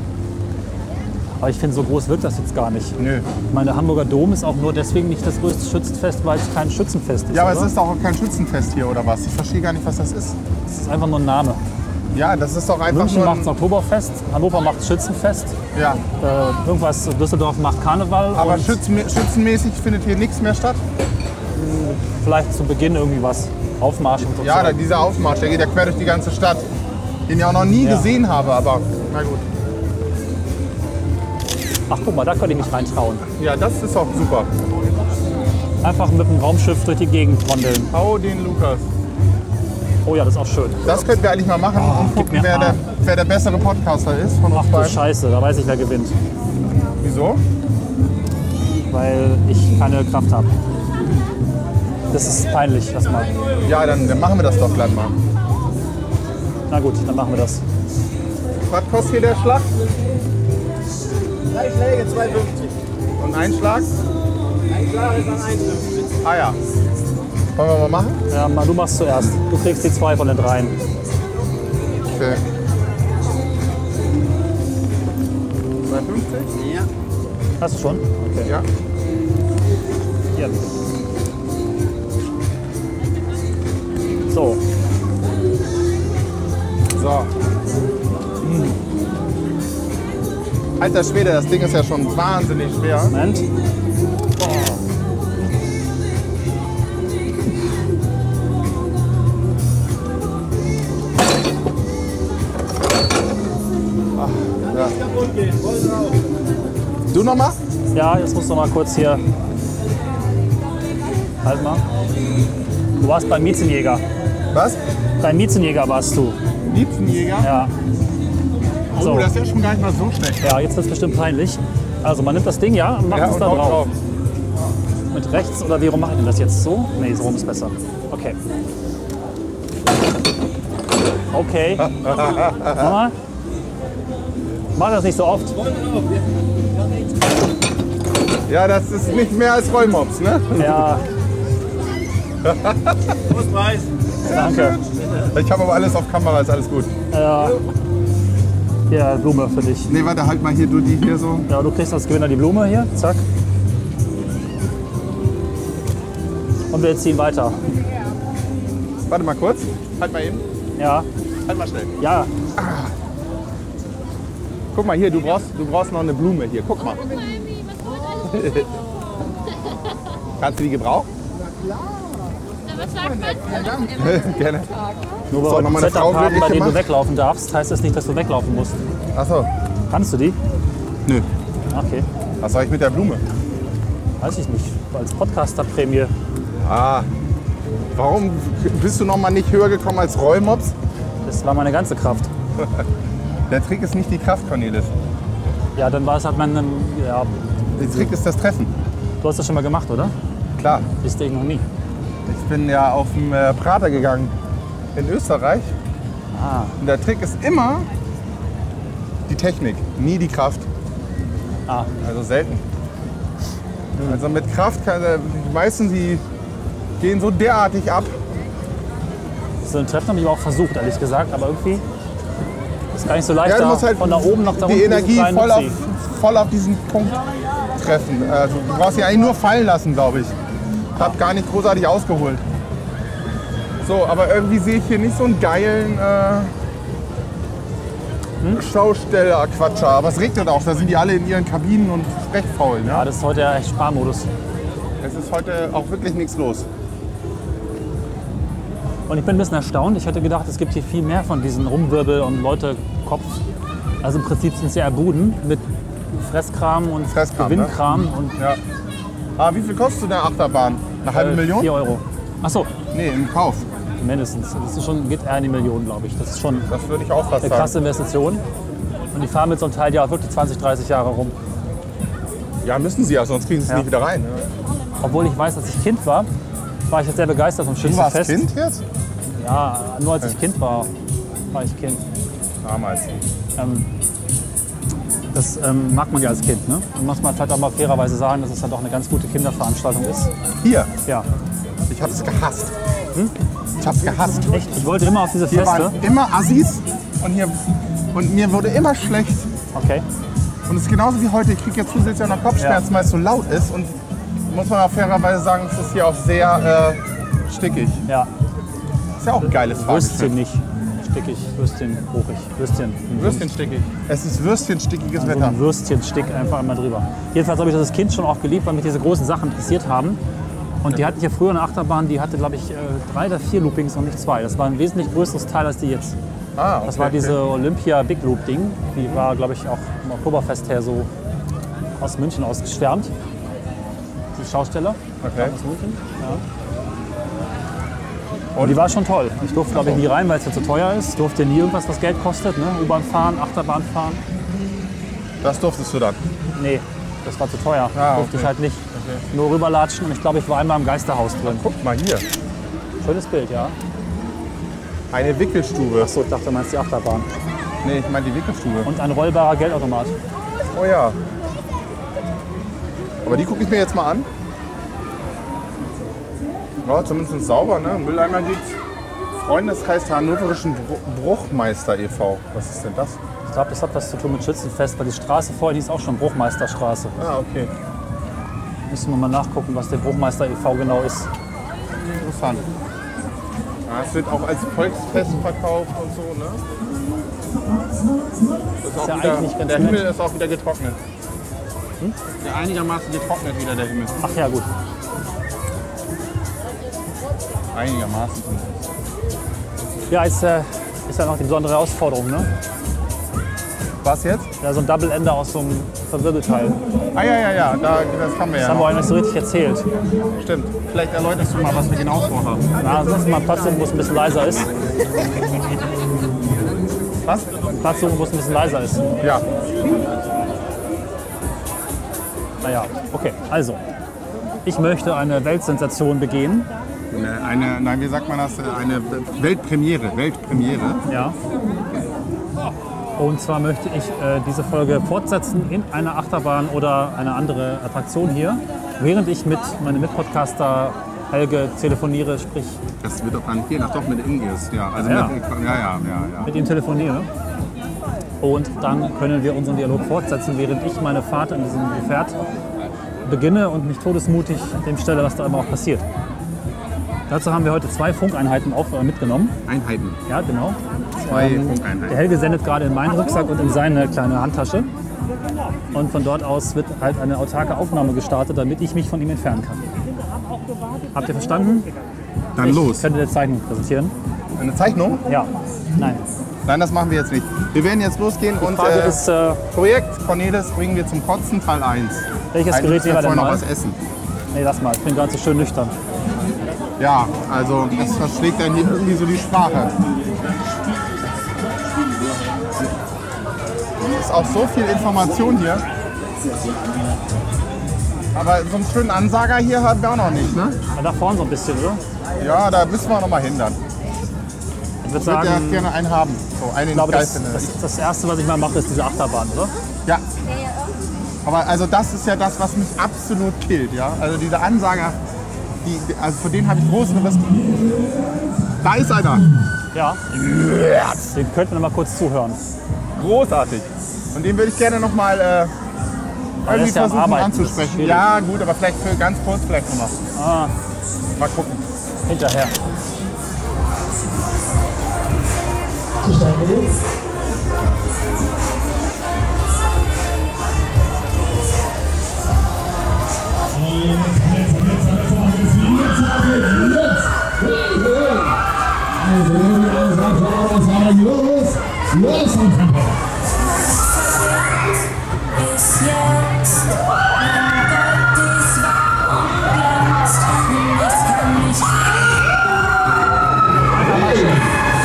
Aber ich finde, so groß wird das jetzt gar nicht.
Nö.
Ich meine, der Hamburger Dom ist auch nur deswegen nicht das größte Schützenfest, weil es kein Schützenfest ist.
Ja, aber es
oder?
ist doch auch kein Schützenfest hier oder was? Ich verstehe gar nicht, was das ist.
es ist einfach nur ein Name.
Ja, das ist doch einfach
München
nur.
macht
Ein,
Oktoberfest, Hannover macht Schützenfest.
ja,
äh, irgendwas, Düsseldorf macht Karneval.
aber
und
schützen, schützenmäßig findet hier nichts mehr statt.
vielleicht zu Beginn irgendwie was. Aufmarsch und so.
Ja, da,
Zeug.
dieser Aufmarsch, der geht ja quer durch die ganze Stadt. Den ich auch noch nie
Ja.
gesehen habe, aber na gut.
Ach guck mal, da könnte ich mich reintrauen.
Ja, das ist auch super.
Einfach mit dem Raumschiff durch die Gegend rondeln.
Hau den Lukas.
Oh ja, das ist auch schön.
Das könnten wir eigentlich mal machen und
gib
gucken,
mir
wer der,
Arm.
wer der bessere Podcaster ist von
Ach
uns
du
beiden.
Scheiße, da weiß ich, wer gewinnt.
Wieso?
Weil ich keine Kraft habe. Das ist peinlich erstmal.
Ja, dann, dann machen wir das doch gleich mal.
Na gut, dann machen wir das.
Was kostet hier der Schlag? Drei Schläge, 2,50. Und ein Schlag?
Ein Klarer ist an 1,50.
Ah ja. Wollen wir mal machen?
Ja, Ma, du machst zuerst. Du kriegst die zwei von den dreien.
Film. 250?
Hast du schon? Okay.
Ja.
Ja. So,
So. Hm. Alter Schwede, das Ding ist ja schon wahnsinnig schwer.
Moment.
Du nochmal?
Ja, jetzt musst du mal kurz hier. Halt mal. Du warst beim Mietzenjäger.
Was?
Beim Mietzenjäger warst du.
Liebstenjäger?
Ja, so.
Oh, das ist ja schon gar nicht mal so schlecht.
ja jetzt wird es bestimmt peinlich. Also man nimmt das Ding, ja, und macht es
und
da
haut
drauf. Mit rechts oder wie rum mache ich denn das jetzt? So? Nee, so rum ist besser. Okay. Okay. Nochmal. Mach das nicht so oft.
Ja, das ist nicht mehr als Rollmops, ne?
Ja,
Preis.
danke.
Ich habe aber alles auf Kamera, ist alles gut.
Ja, Blume für dich.
Nee, warte, halt mal hier, du die hier so.
Ja, du kriegst als Gewinner die Blume hier. Zack. Und wir ziehen weiter.
Warte mal kurz. Halt mal eben.
Ja,
Halt mal schnell.
ja.
Guck mal hier, du brauchst, du brauchst noch eine Blume hier. Guck mal.
Guck mal, Emmy, was wollt alles?
Kannst du die gebrauchen?
Na, was sagt man?
Gerne.
Nur
So,
weil wir
noch
ein
mal eine
Setup
Frau
haben, bei dem du
mitgemacht?
weglaufen darfst, heißt das nicht, dass du weglaufen musst.
Achso.
Kannst du die?
Nö.
Okay.
Was soll ich mit der Blume?
Weiß ich nicht. Als Podcaster-Prämie.
Ah. Warum bist du noch mal nicht höher gekommen als Rollmops?
Das war meine ganze Kraft.
Der Trick ist nicht die Kraft, Cornelis.
Ja, dann war es halt mein. ähm, Ja,
Der Trick ist das Treffen.
du hast das schon mal gemacht, oder?
Klar.
Bist du noch nie.
Ich bin ja auf den äh, Prater gegangen in Österreich. Und der Trick ist immer die Technik, nie die Kraft.
Ah.
Also selten. Also mit Kraft kann der, die meisten, die gehen so derartig ab.
So ein Treffen habe ich aber auch versucht, ehrlich gesagt, aber irgendwie ist gar nicht so leicht,
Ja, du
da
musst halt
von da oben nach da
die
unten
Energie
diesen kleinen
voll auf,
Nupsi.
voll auf diesen Punkt treffen. Also du brauchst sie eigentlich nur fallen lassen, glaube ich. Hab gar nicht großartig ausgeholt. So, aber irgendwie sehe ich hier nicht so einen geilen äh,
Hm?
Schausteller-Quatscher. Aber es regnet auch, da sind die alle in ihren Kabinen und sprechfaul. Ne?
Ja, das ist heute ja echt Sparmodus.
Es ist heute auch wirklich nichts los.
Und ich bin ein bisschen erstaunt. Ich hätte gedacht, es gibt hier viel mehr von diesen Rumwirbel und Leute Kopf. Also im Prinzip sind es ja Buden mit Fresskram und
Fresskram, ne?
Gewinnkram und
Ja. Ah, wie viel kostet so eine Achterbahn? Eine halbe Million?
4 äh, Euro. Achso,
Nee, im Kauf.
mindestens. Das ist schon, geht eher in die Million, glaube ich. Das ist schon
Das würde ich auch fast
eine
sagen.
krasse Investition. Und die fahren mit so einem Teil ja auch wirklich 20, 30 Jahre rum.
Ja, müssen sie ja, sonst kriegen sie es
Ja.
nicht wieder rein. ne?
Obwohl ich weiß, als ich Kind war, war ich jetzt sehr begeistert vom
Du warst
Schützenfest.
Kind jetzt?
Ja, nur als ich Kind war, war ich Kind.
Damals.
Ähm, das ähm, mag man ja als Kind. Ne? Und muss man vielleicht auch mal fairerweise sagen, dass es halt auch eine ganz gute Kinderveranstaltung ist.
Hier,
Ja,
ich hab's gehasst. Hm? Ich hab's gehasst.
echt. Ich wollte immer auf diese
Hier
Feste.
waren immer Assis und, hier, und mir wurde immer schlecht.
Okay.
Und es ist genauso wie heute. Ich krieg jetzt zusätzlich auch noch Kopfschmerzen,
Ja.
weil es so laut ist. Und muss man auch fairerweise sagen, es ist hier auch sehr äh, stickig.
Ja.
Ist ja auch ein geiles
Würstchen
Fahrgeschäft.
nicht. Stickig, Würstchen, hochig. Würstchen.
Würstchenstickig. Es ist würstchenstickiges
So
Wetter.
ein Würstchenstick einfach einmal drüber. Jedenfalls habe ich das als Kind schon auch geliebt, weil mich diese großen Sachen interessiert haben. Und die hatten hier früher eine Achterbahn, die hatte, glaube ich, äh, drei oder vier Loopings und nicht zwei. Das war ein wesentlich größeres Teil als die jetzt.
Ah, okay,
Das war diese Olympia Big Loop Ding. Die war, glaube ich, auch vom Oktoberfest her so aus München ausgeschwärmt. Die Schausteller
Okay.
aus München. Ja. Und Oh, die war schon toll. Ich durfte, glaube ich, nie rein, weil es ja zu teuer ist. Ich durfte nie irgendwas, was Geld kostet. Ne? U-Bahn fahren, Achterbahn fahren.
Das durftest du dann.
Nee, das war zu teuer.
Ah,
Durfte ich
okay.
halt nicht. Nur rüberlatschen und ich glaube, ich war einmal im Geisterhaus drin.
Guck mal hier.
Schönes Bild, ja.
Eine Wickelstube.
So, ich dachte, du meinst die Achterbahn.
Nee, ich meine die Wickelstube.
Und ein rollbarer Geldautomat.
Oh ja. Aber die gucke ich mir jetzt mal an. Ja, zumindest sauber, ne? Mülleimer liegt Freundeskreis der Hannoverischen Bru- Bruchmeister e.V. Was ist denn das?
Ich glaube, das hat was zu tun mit Schützenfest, weil die Straße vorhin hieß auch schon Bruchmeisterstraße.
Ah, okay.
Müssen wir mal nachgucken, was der Bruchmeister e.V. genau ist.
Interessant. Ah, es wird auch als Volksfest verkauft und so, ne? Das ist auch
ja
wieder,
eigentlich ganz
der
nett.
Himmel ist auch wieder getrocknet. Ja, einigermaßen getrocknet wieder der Himmel.
Ach ja, gut.
Einigermaßen.
Ja, ist, äh, ist ja noch die besondere Herausforderung, ne?
Was jetzt?
Ja, so ein Double-Ender aus so einem Verwirbelteil.
Ah ja, ja, ja, da, das kann man ja.
Das haben wir
Noch.
euch nicht so richtig erzählt.
Stimmt. Vielleicht erläuterst du mal, was wir genau vorhaben.
Na, lass mal einen Platz suchen, wo es ein bisschen leiser ist.
Was?
Einen Platz suchen, wo es ein bisschen leiser ist.
Ja.
Naja, okay. Also, ich möchte eine Weltsensation begehen.
Eine, eine, nein, wie sagt man das? Eine Weltpremiere. Weltpremiere.
Ja. Und zwar möchte ich äh, diese Folge fortsetzen in einer Achterbahn oder eine andere Attraktion hier, während ich mit meinem Mitpodcaster Helge telefoniere, sprich
Das wird doch dann hier nach doch mit Ingis. Ja, also
Ja.
Mit, ja, ja, ja, ja.
mit ihm telefoniere. Und dann können wir unseren Dialog fortsetzen, während ich meine Fahrt in diesem Gefährt beginne und mich todesmutig dem stelle, was da immer auch passiert. Dazu haben wir heute zwei Funkeinheiten auch äh, mitgenommen.
Einheiten.
Ja, genau.
Zwei
Der
Funkeinheiten.
Helge sendet gerade in meinen Rucksack und in seine kleine Handtasche. Und von dort aus wird halt eine autarke Aufnahme gestartet, damit ich mich von ihm entfernen kann. Habt ihr verstanden?
Dann
Ich
los.
könnte eine Zeichnung präsentieren.
Eine Zeichnung?
Ja, nein.
Nein, das machen wir jetzt nicht. Wir werden jetzt losgehen
Die
und
Frage
äh,
ist, äh,
Projekt Cornelis bringen wir zum Kotzen Teil 1.
Welches
Eigentlich
Gerät
müssen wir
wäre denn
vorher noch
mal?
was essen.
nee, lass mal, ich bin gerade so schön nüchtern.
Ja, also das verschlägt dann hier irgendwie so die Sprache. Ist auch so viel Information hier. Aber so einen schönen Ansager hier haben wir auch noch nicht, ne?
Aber da vorne so ein bisschen, oder?
Ja, da müssen wir noch mal hindern.
Ich würde
Ich würde ja
sagen, ich
gerne einen haben. So, einen in
glaube,
Geist
das,
in der-
das, das Erste, was ich mal mache, ist diese Achterbahn, oder?
Ja. Aber also das ist ja das, was mich absolut killt, ja. Also diese Ansager, die, die- also vor denen habe ich großen Respekt. Da ist einer.
Ja. Den könnten wir mal kurz zuhören.
Großartig. Und den würde ich gerne nochmal äh,
der
irgendwie
ist ja am
versuchen
Arbeiten, das ist
anzusprechen.
schwierig.
Ja, gut, aber vielleicht für ganz kurz vielleicht nochmal.
Ah,
Mal gucken.
hinterher.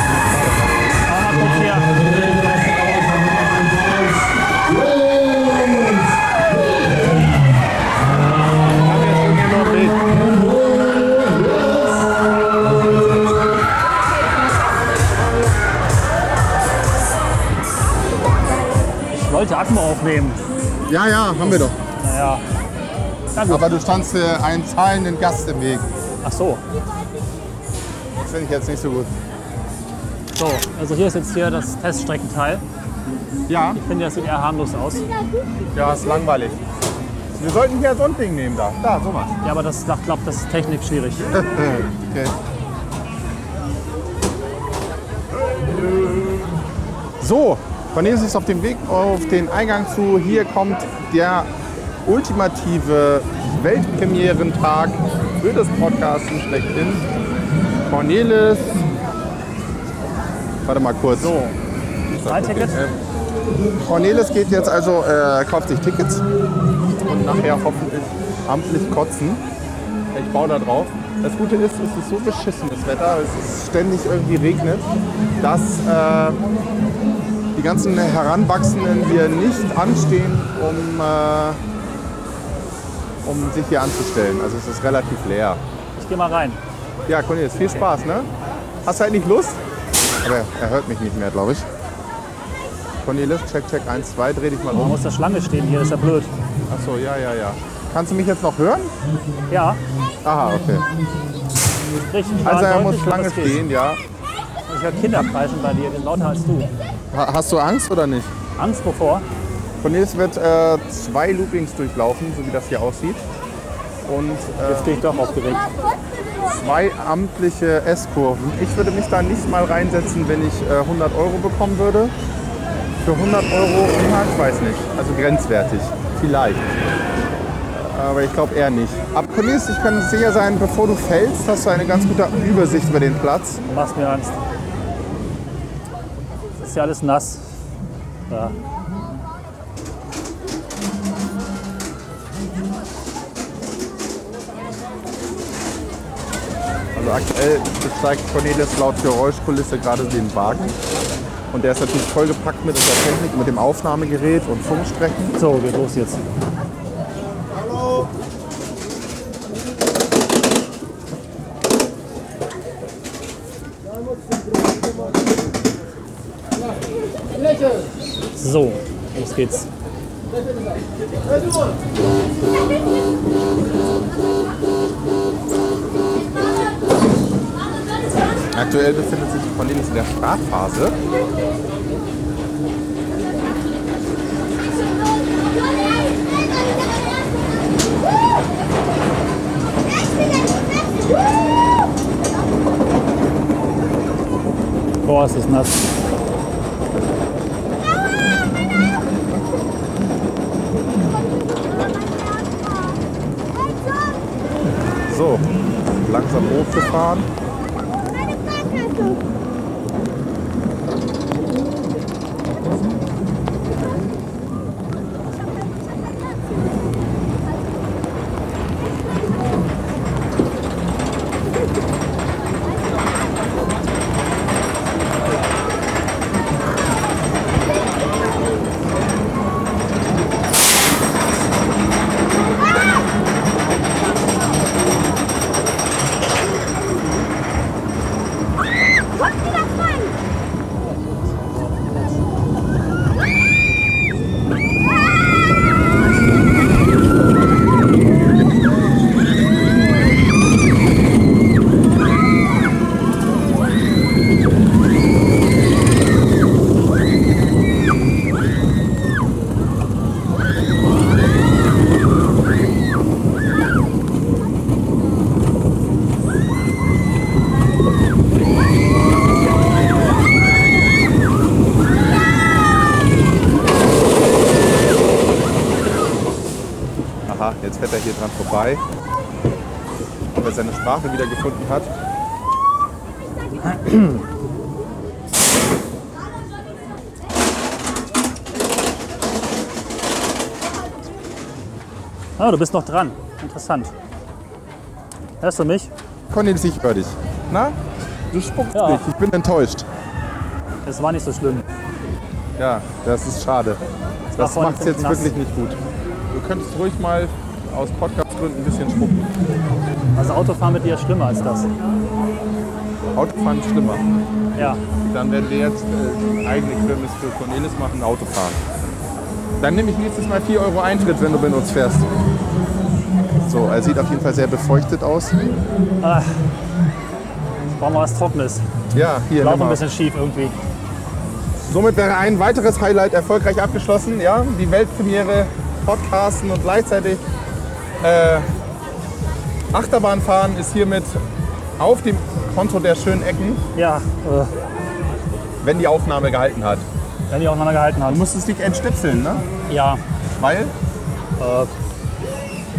Ah, guck hier. Ich wollte Atmo aufnehmen.
Ja, ja, haben wir doch.
Naja. Na gut.
Aber du standst äh, einem zahlenden Gast im Weg.
Ach so.
Das finde ich jetzt nicht so gut.
So, also hier ist jetzt hier das Teststreckenteil.
Ja,
Ich finde, das sieht eher harmlos aus.
ja, ist langweilig. Wir sollten hier so ein Ding nehmen da. Da, sowas.
Ja, aber das, ich glaube, das ist Technik schwierig.
okay. So, Cornelis ist auf dem Weg auf den Eingang zu. Hier kommt der ultimative Weltpremierentag für das Podcasten schlechthin. Cornelis. Warte mal kurz. So.
Ein Ticket?
Cornelis geht jetzt also, äh, kauft sich Tickets und nachher hoffentlich amtlich kotzen. Ich baue da drauf. Das Gute ist, es ist so beschissenes Wetter, es ist ständig irgendwie regnet, dass äh, die ganzen Heranwachsenden hier nicht anstehen, um, äh, um sich hier anzustellen. Also es ist relativ leer.
Ich gehe mal rein.
Ja, Cornelis, viel Spaß, ne? Hast du eigentlich Lust? Aber er hört mich nicht mehr, glaube ich. Cornelis, check, check, 1, 2, dreh dich mal
Man
um.
muss der Schlange stehen hier, ist ja blöd.
Achso, ja, ja, ja. Kannst du mich jetzt noch hören?
Ja,
Aha, okay.
richtig.
Also er Also
verantwortlich,
muss
aber
Schlange
das geht.
stehen, ja.
Ich höre Kinder kreischen bei dir, die sind lauter als du.
Ha hast du Angst oder nicht?
Angst wovor?
Cornelis wird äh, zwei Loopings durchlaufen, so wie das hier aussieht. Und äh,
Jetzt bin ich doch aufgeregt.
zwei amtliche S-Kurven. Ich würde mich da nicht mal reinsetzen, wenn ich äh, 100 Euro bekommen würde. Für 100 Euro, ja, ich weiß nicht. Also grenzwertig. Vielleicht. Aber ich glaube eher nicht. Aber Cornelis, ich kann sicher sein, bevor du fällst, hast du eine ganz gute Übersicht über den Platz.
Du machst mir Angst. Das ist ja alles nass. Ja.
Also aktuell zeigt Cornelis laut Geräuschkulisse gerade den Wagen. Und der ist natürlich vollgepackt mit unserer Technik, mit dem Aufnahmegerät und Funkstrecken.
So, geht los jetzt. So, los geht's.
Aktuell befindet sich Cornelis in der Startphase.
Boah, es ist nass.
So, langsam hochgefahren. Aha, jetzt fährt er hier dran vorbei. Ob er seine Sprache wieder gefunden hat.
Ah, du bist noch dran. Interessant. Hörst du mich?
Cornelis, ich höre dich. Na? Du spuckst
Ja.
nicht. Ich bin enttäuscht.
Es war nicht so schlimm.
Ja, das ist schade.
war
Das
vorne
macht es jetzt
nass.
wirklich nicht gut. Du könntest ruhig mal aus Podcastgründen ein bisschen spucken.
Also Autofahren mit dir ist schlimmer als das.
Autofahren ist schlimmer.
Ja.
Dann werden wir jetzt äh, eigene Kirmes für Cornelis machen, Autofahren. Dann nehme ich nächstes Mal 4 Euro Eintritt, wenn du mit uns fährst. So, er sieht auf jeden Fall sehr befeuchtet aus.
Brauchen wir was Trockenes.
Ja, hier, nimm
Laufen ein
mal.
bisschen schief irgendwie.
Somit wäre ein weiteres Highlight erfolgreich abgeschlossen. Ja, die Weltpremiere, Podcasten und gleichzeitig äh, Achterbahnfahren ist hiermit auf dem Konto der schönen Ecken,
Ja, äh,
wenn die Aufnahme gehalten hat.
wenn die aufeinander gehalten hat.
Du musstest dich entstöpseln, ne?
Ja,
Weil?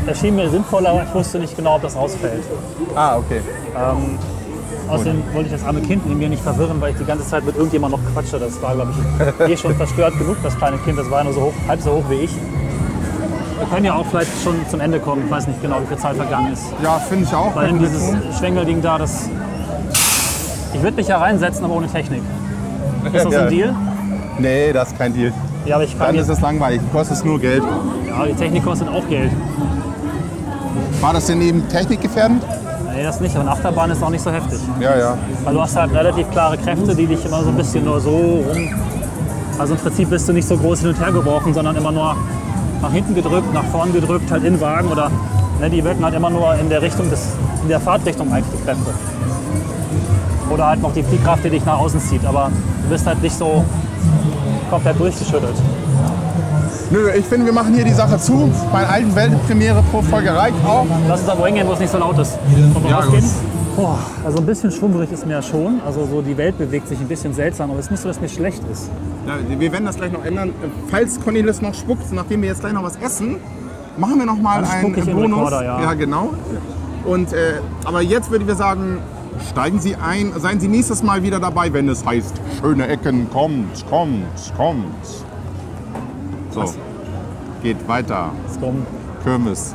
erschien mir sinnvoll, aber ich wusste nicht genau, ob das rausfällt.
Ah, okay.
Außerdem wollte ich das arme Kind in mir nicht verwirren, weil ich die ganze Zeit mit irgendjemandem noch quatsche. Das war, glaube ich, eh schon verstört genug, das kleine Kind. Das war ja nur so hoch, halb so hoch wie ich. Wir können ja auch vielleicht schon zum Ende kommen. Ich weiß nicht genau, wie viel Zeit vergangen ist.
Ja, finde ich auch.
Weil
Können
eben
wir
dieses
tun.
Schwengelding da, das. Ich würde mich ja reinsetzen, aber ohne Technik. Ist das
Ja.
ein Deal?
Nee, das ist kein Deal.
Ja, aber ich kann
Dann ist
jetzt.
es langweilig. Kostet es nur Geld.
Ja, die Technik kostet auch Geld.
War das denn eben technikgefährdend?
Nee, das nicht. Aber eine Achterbahn ist auch nicht so heftig.
Ja, ja.
Weil du hast halt relativ klare Kräfte, die dich immer so ein bisschen nur so rum. Also im Prinzip bist du nicht so groß hin und her geworfen, sondern immer nur nach hinten gedrückt, nach vorn gedrückt, halt in den Wagen oder ne, die wirken halt immer nur in der Richtung des, in der Fahrtrichtung eigentlich die Kräfte. Oder halt noch die Fliehkraft, die dich nach außen zieht. Aber du bist halt nicht so komplett durchgeschüttelt.
Nö, ich finde, wir machen hier die Sache zu. Bei alten Weltpremiere pro Folge reicht auch.
Lass uns aber hingehen, wo es nicht so laut ist. Wollen wir
Ja,
rausgehen?
gut.
Boah, also ein bisschen schwummrig ist mir ja schon. Also so die Welt bewegt sich ein bisschen seltsam, aber es ist nicht so, dass mir schlecht ist.
Ja, wir werden das gleich noch ändern. Falls Cornelis noch spuckt, nachdem wir jetzt gleich noch was essen, machen wir noch mal
Dann
einen
spuck ich in den
Bonus.
Rekorder, ja.
genau. Und äh, aber jetzt würden wir sagen, steigen Sie ein, seien Sie nächstes Mal wieder dabei, wenn es heißt schöne Ecken, kommt, kommt, kommt. So. Geht weiter.
Es kommt-
Kirmes.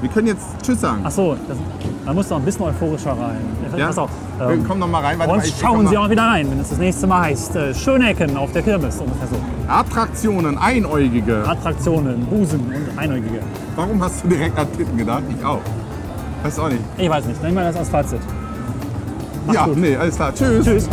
Wir können jetzt Tschüss sagen.
Ach so, das, man muss noch ein bisschen euphorischer rein. Pass auf.
Wir
Ähm,
kommen noch mal rein. Warte mal,
und
ich- ich
schauen
komm
Sie
mal.
auch wieder rein, wenn es das nächste Mal heißt äh, Schönecken auf der Kirmes. Ungefähr so.
Attraktionen, Einäugige.
Attraktionen, Busen und Einäugige.
Warum hast du direkt an Titten gedacht? Ich auch. Weiß auch nicht.
Ich weiß nicht, nehmen wir das als Fazit.
ja,
gut.
nee, alles klar.
Tschüss.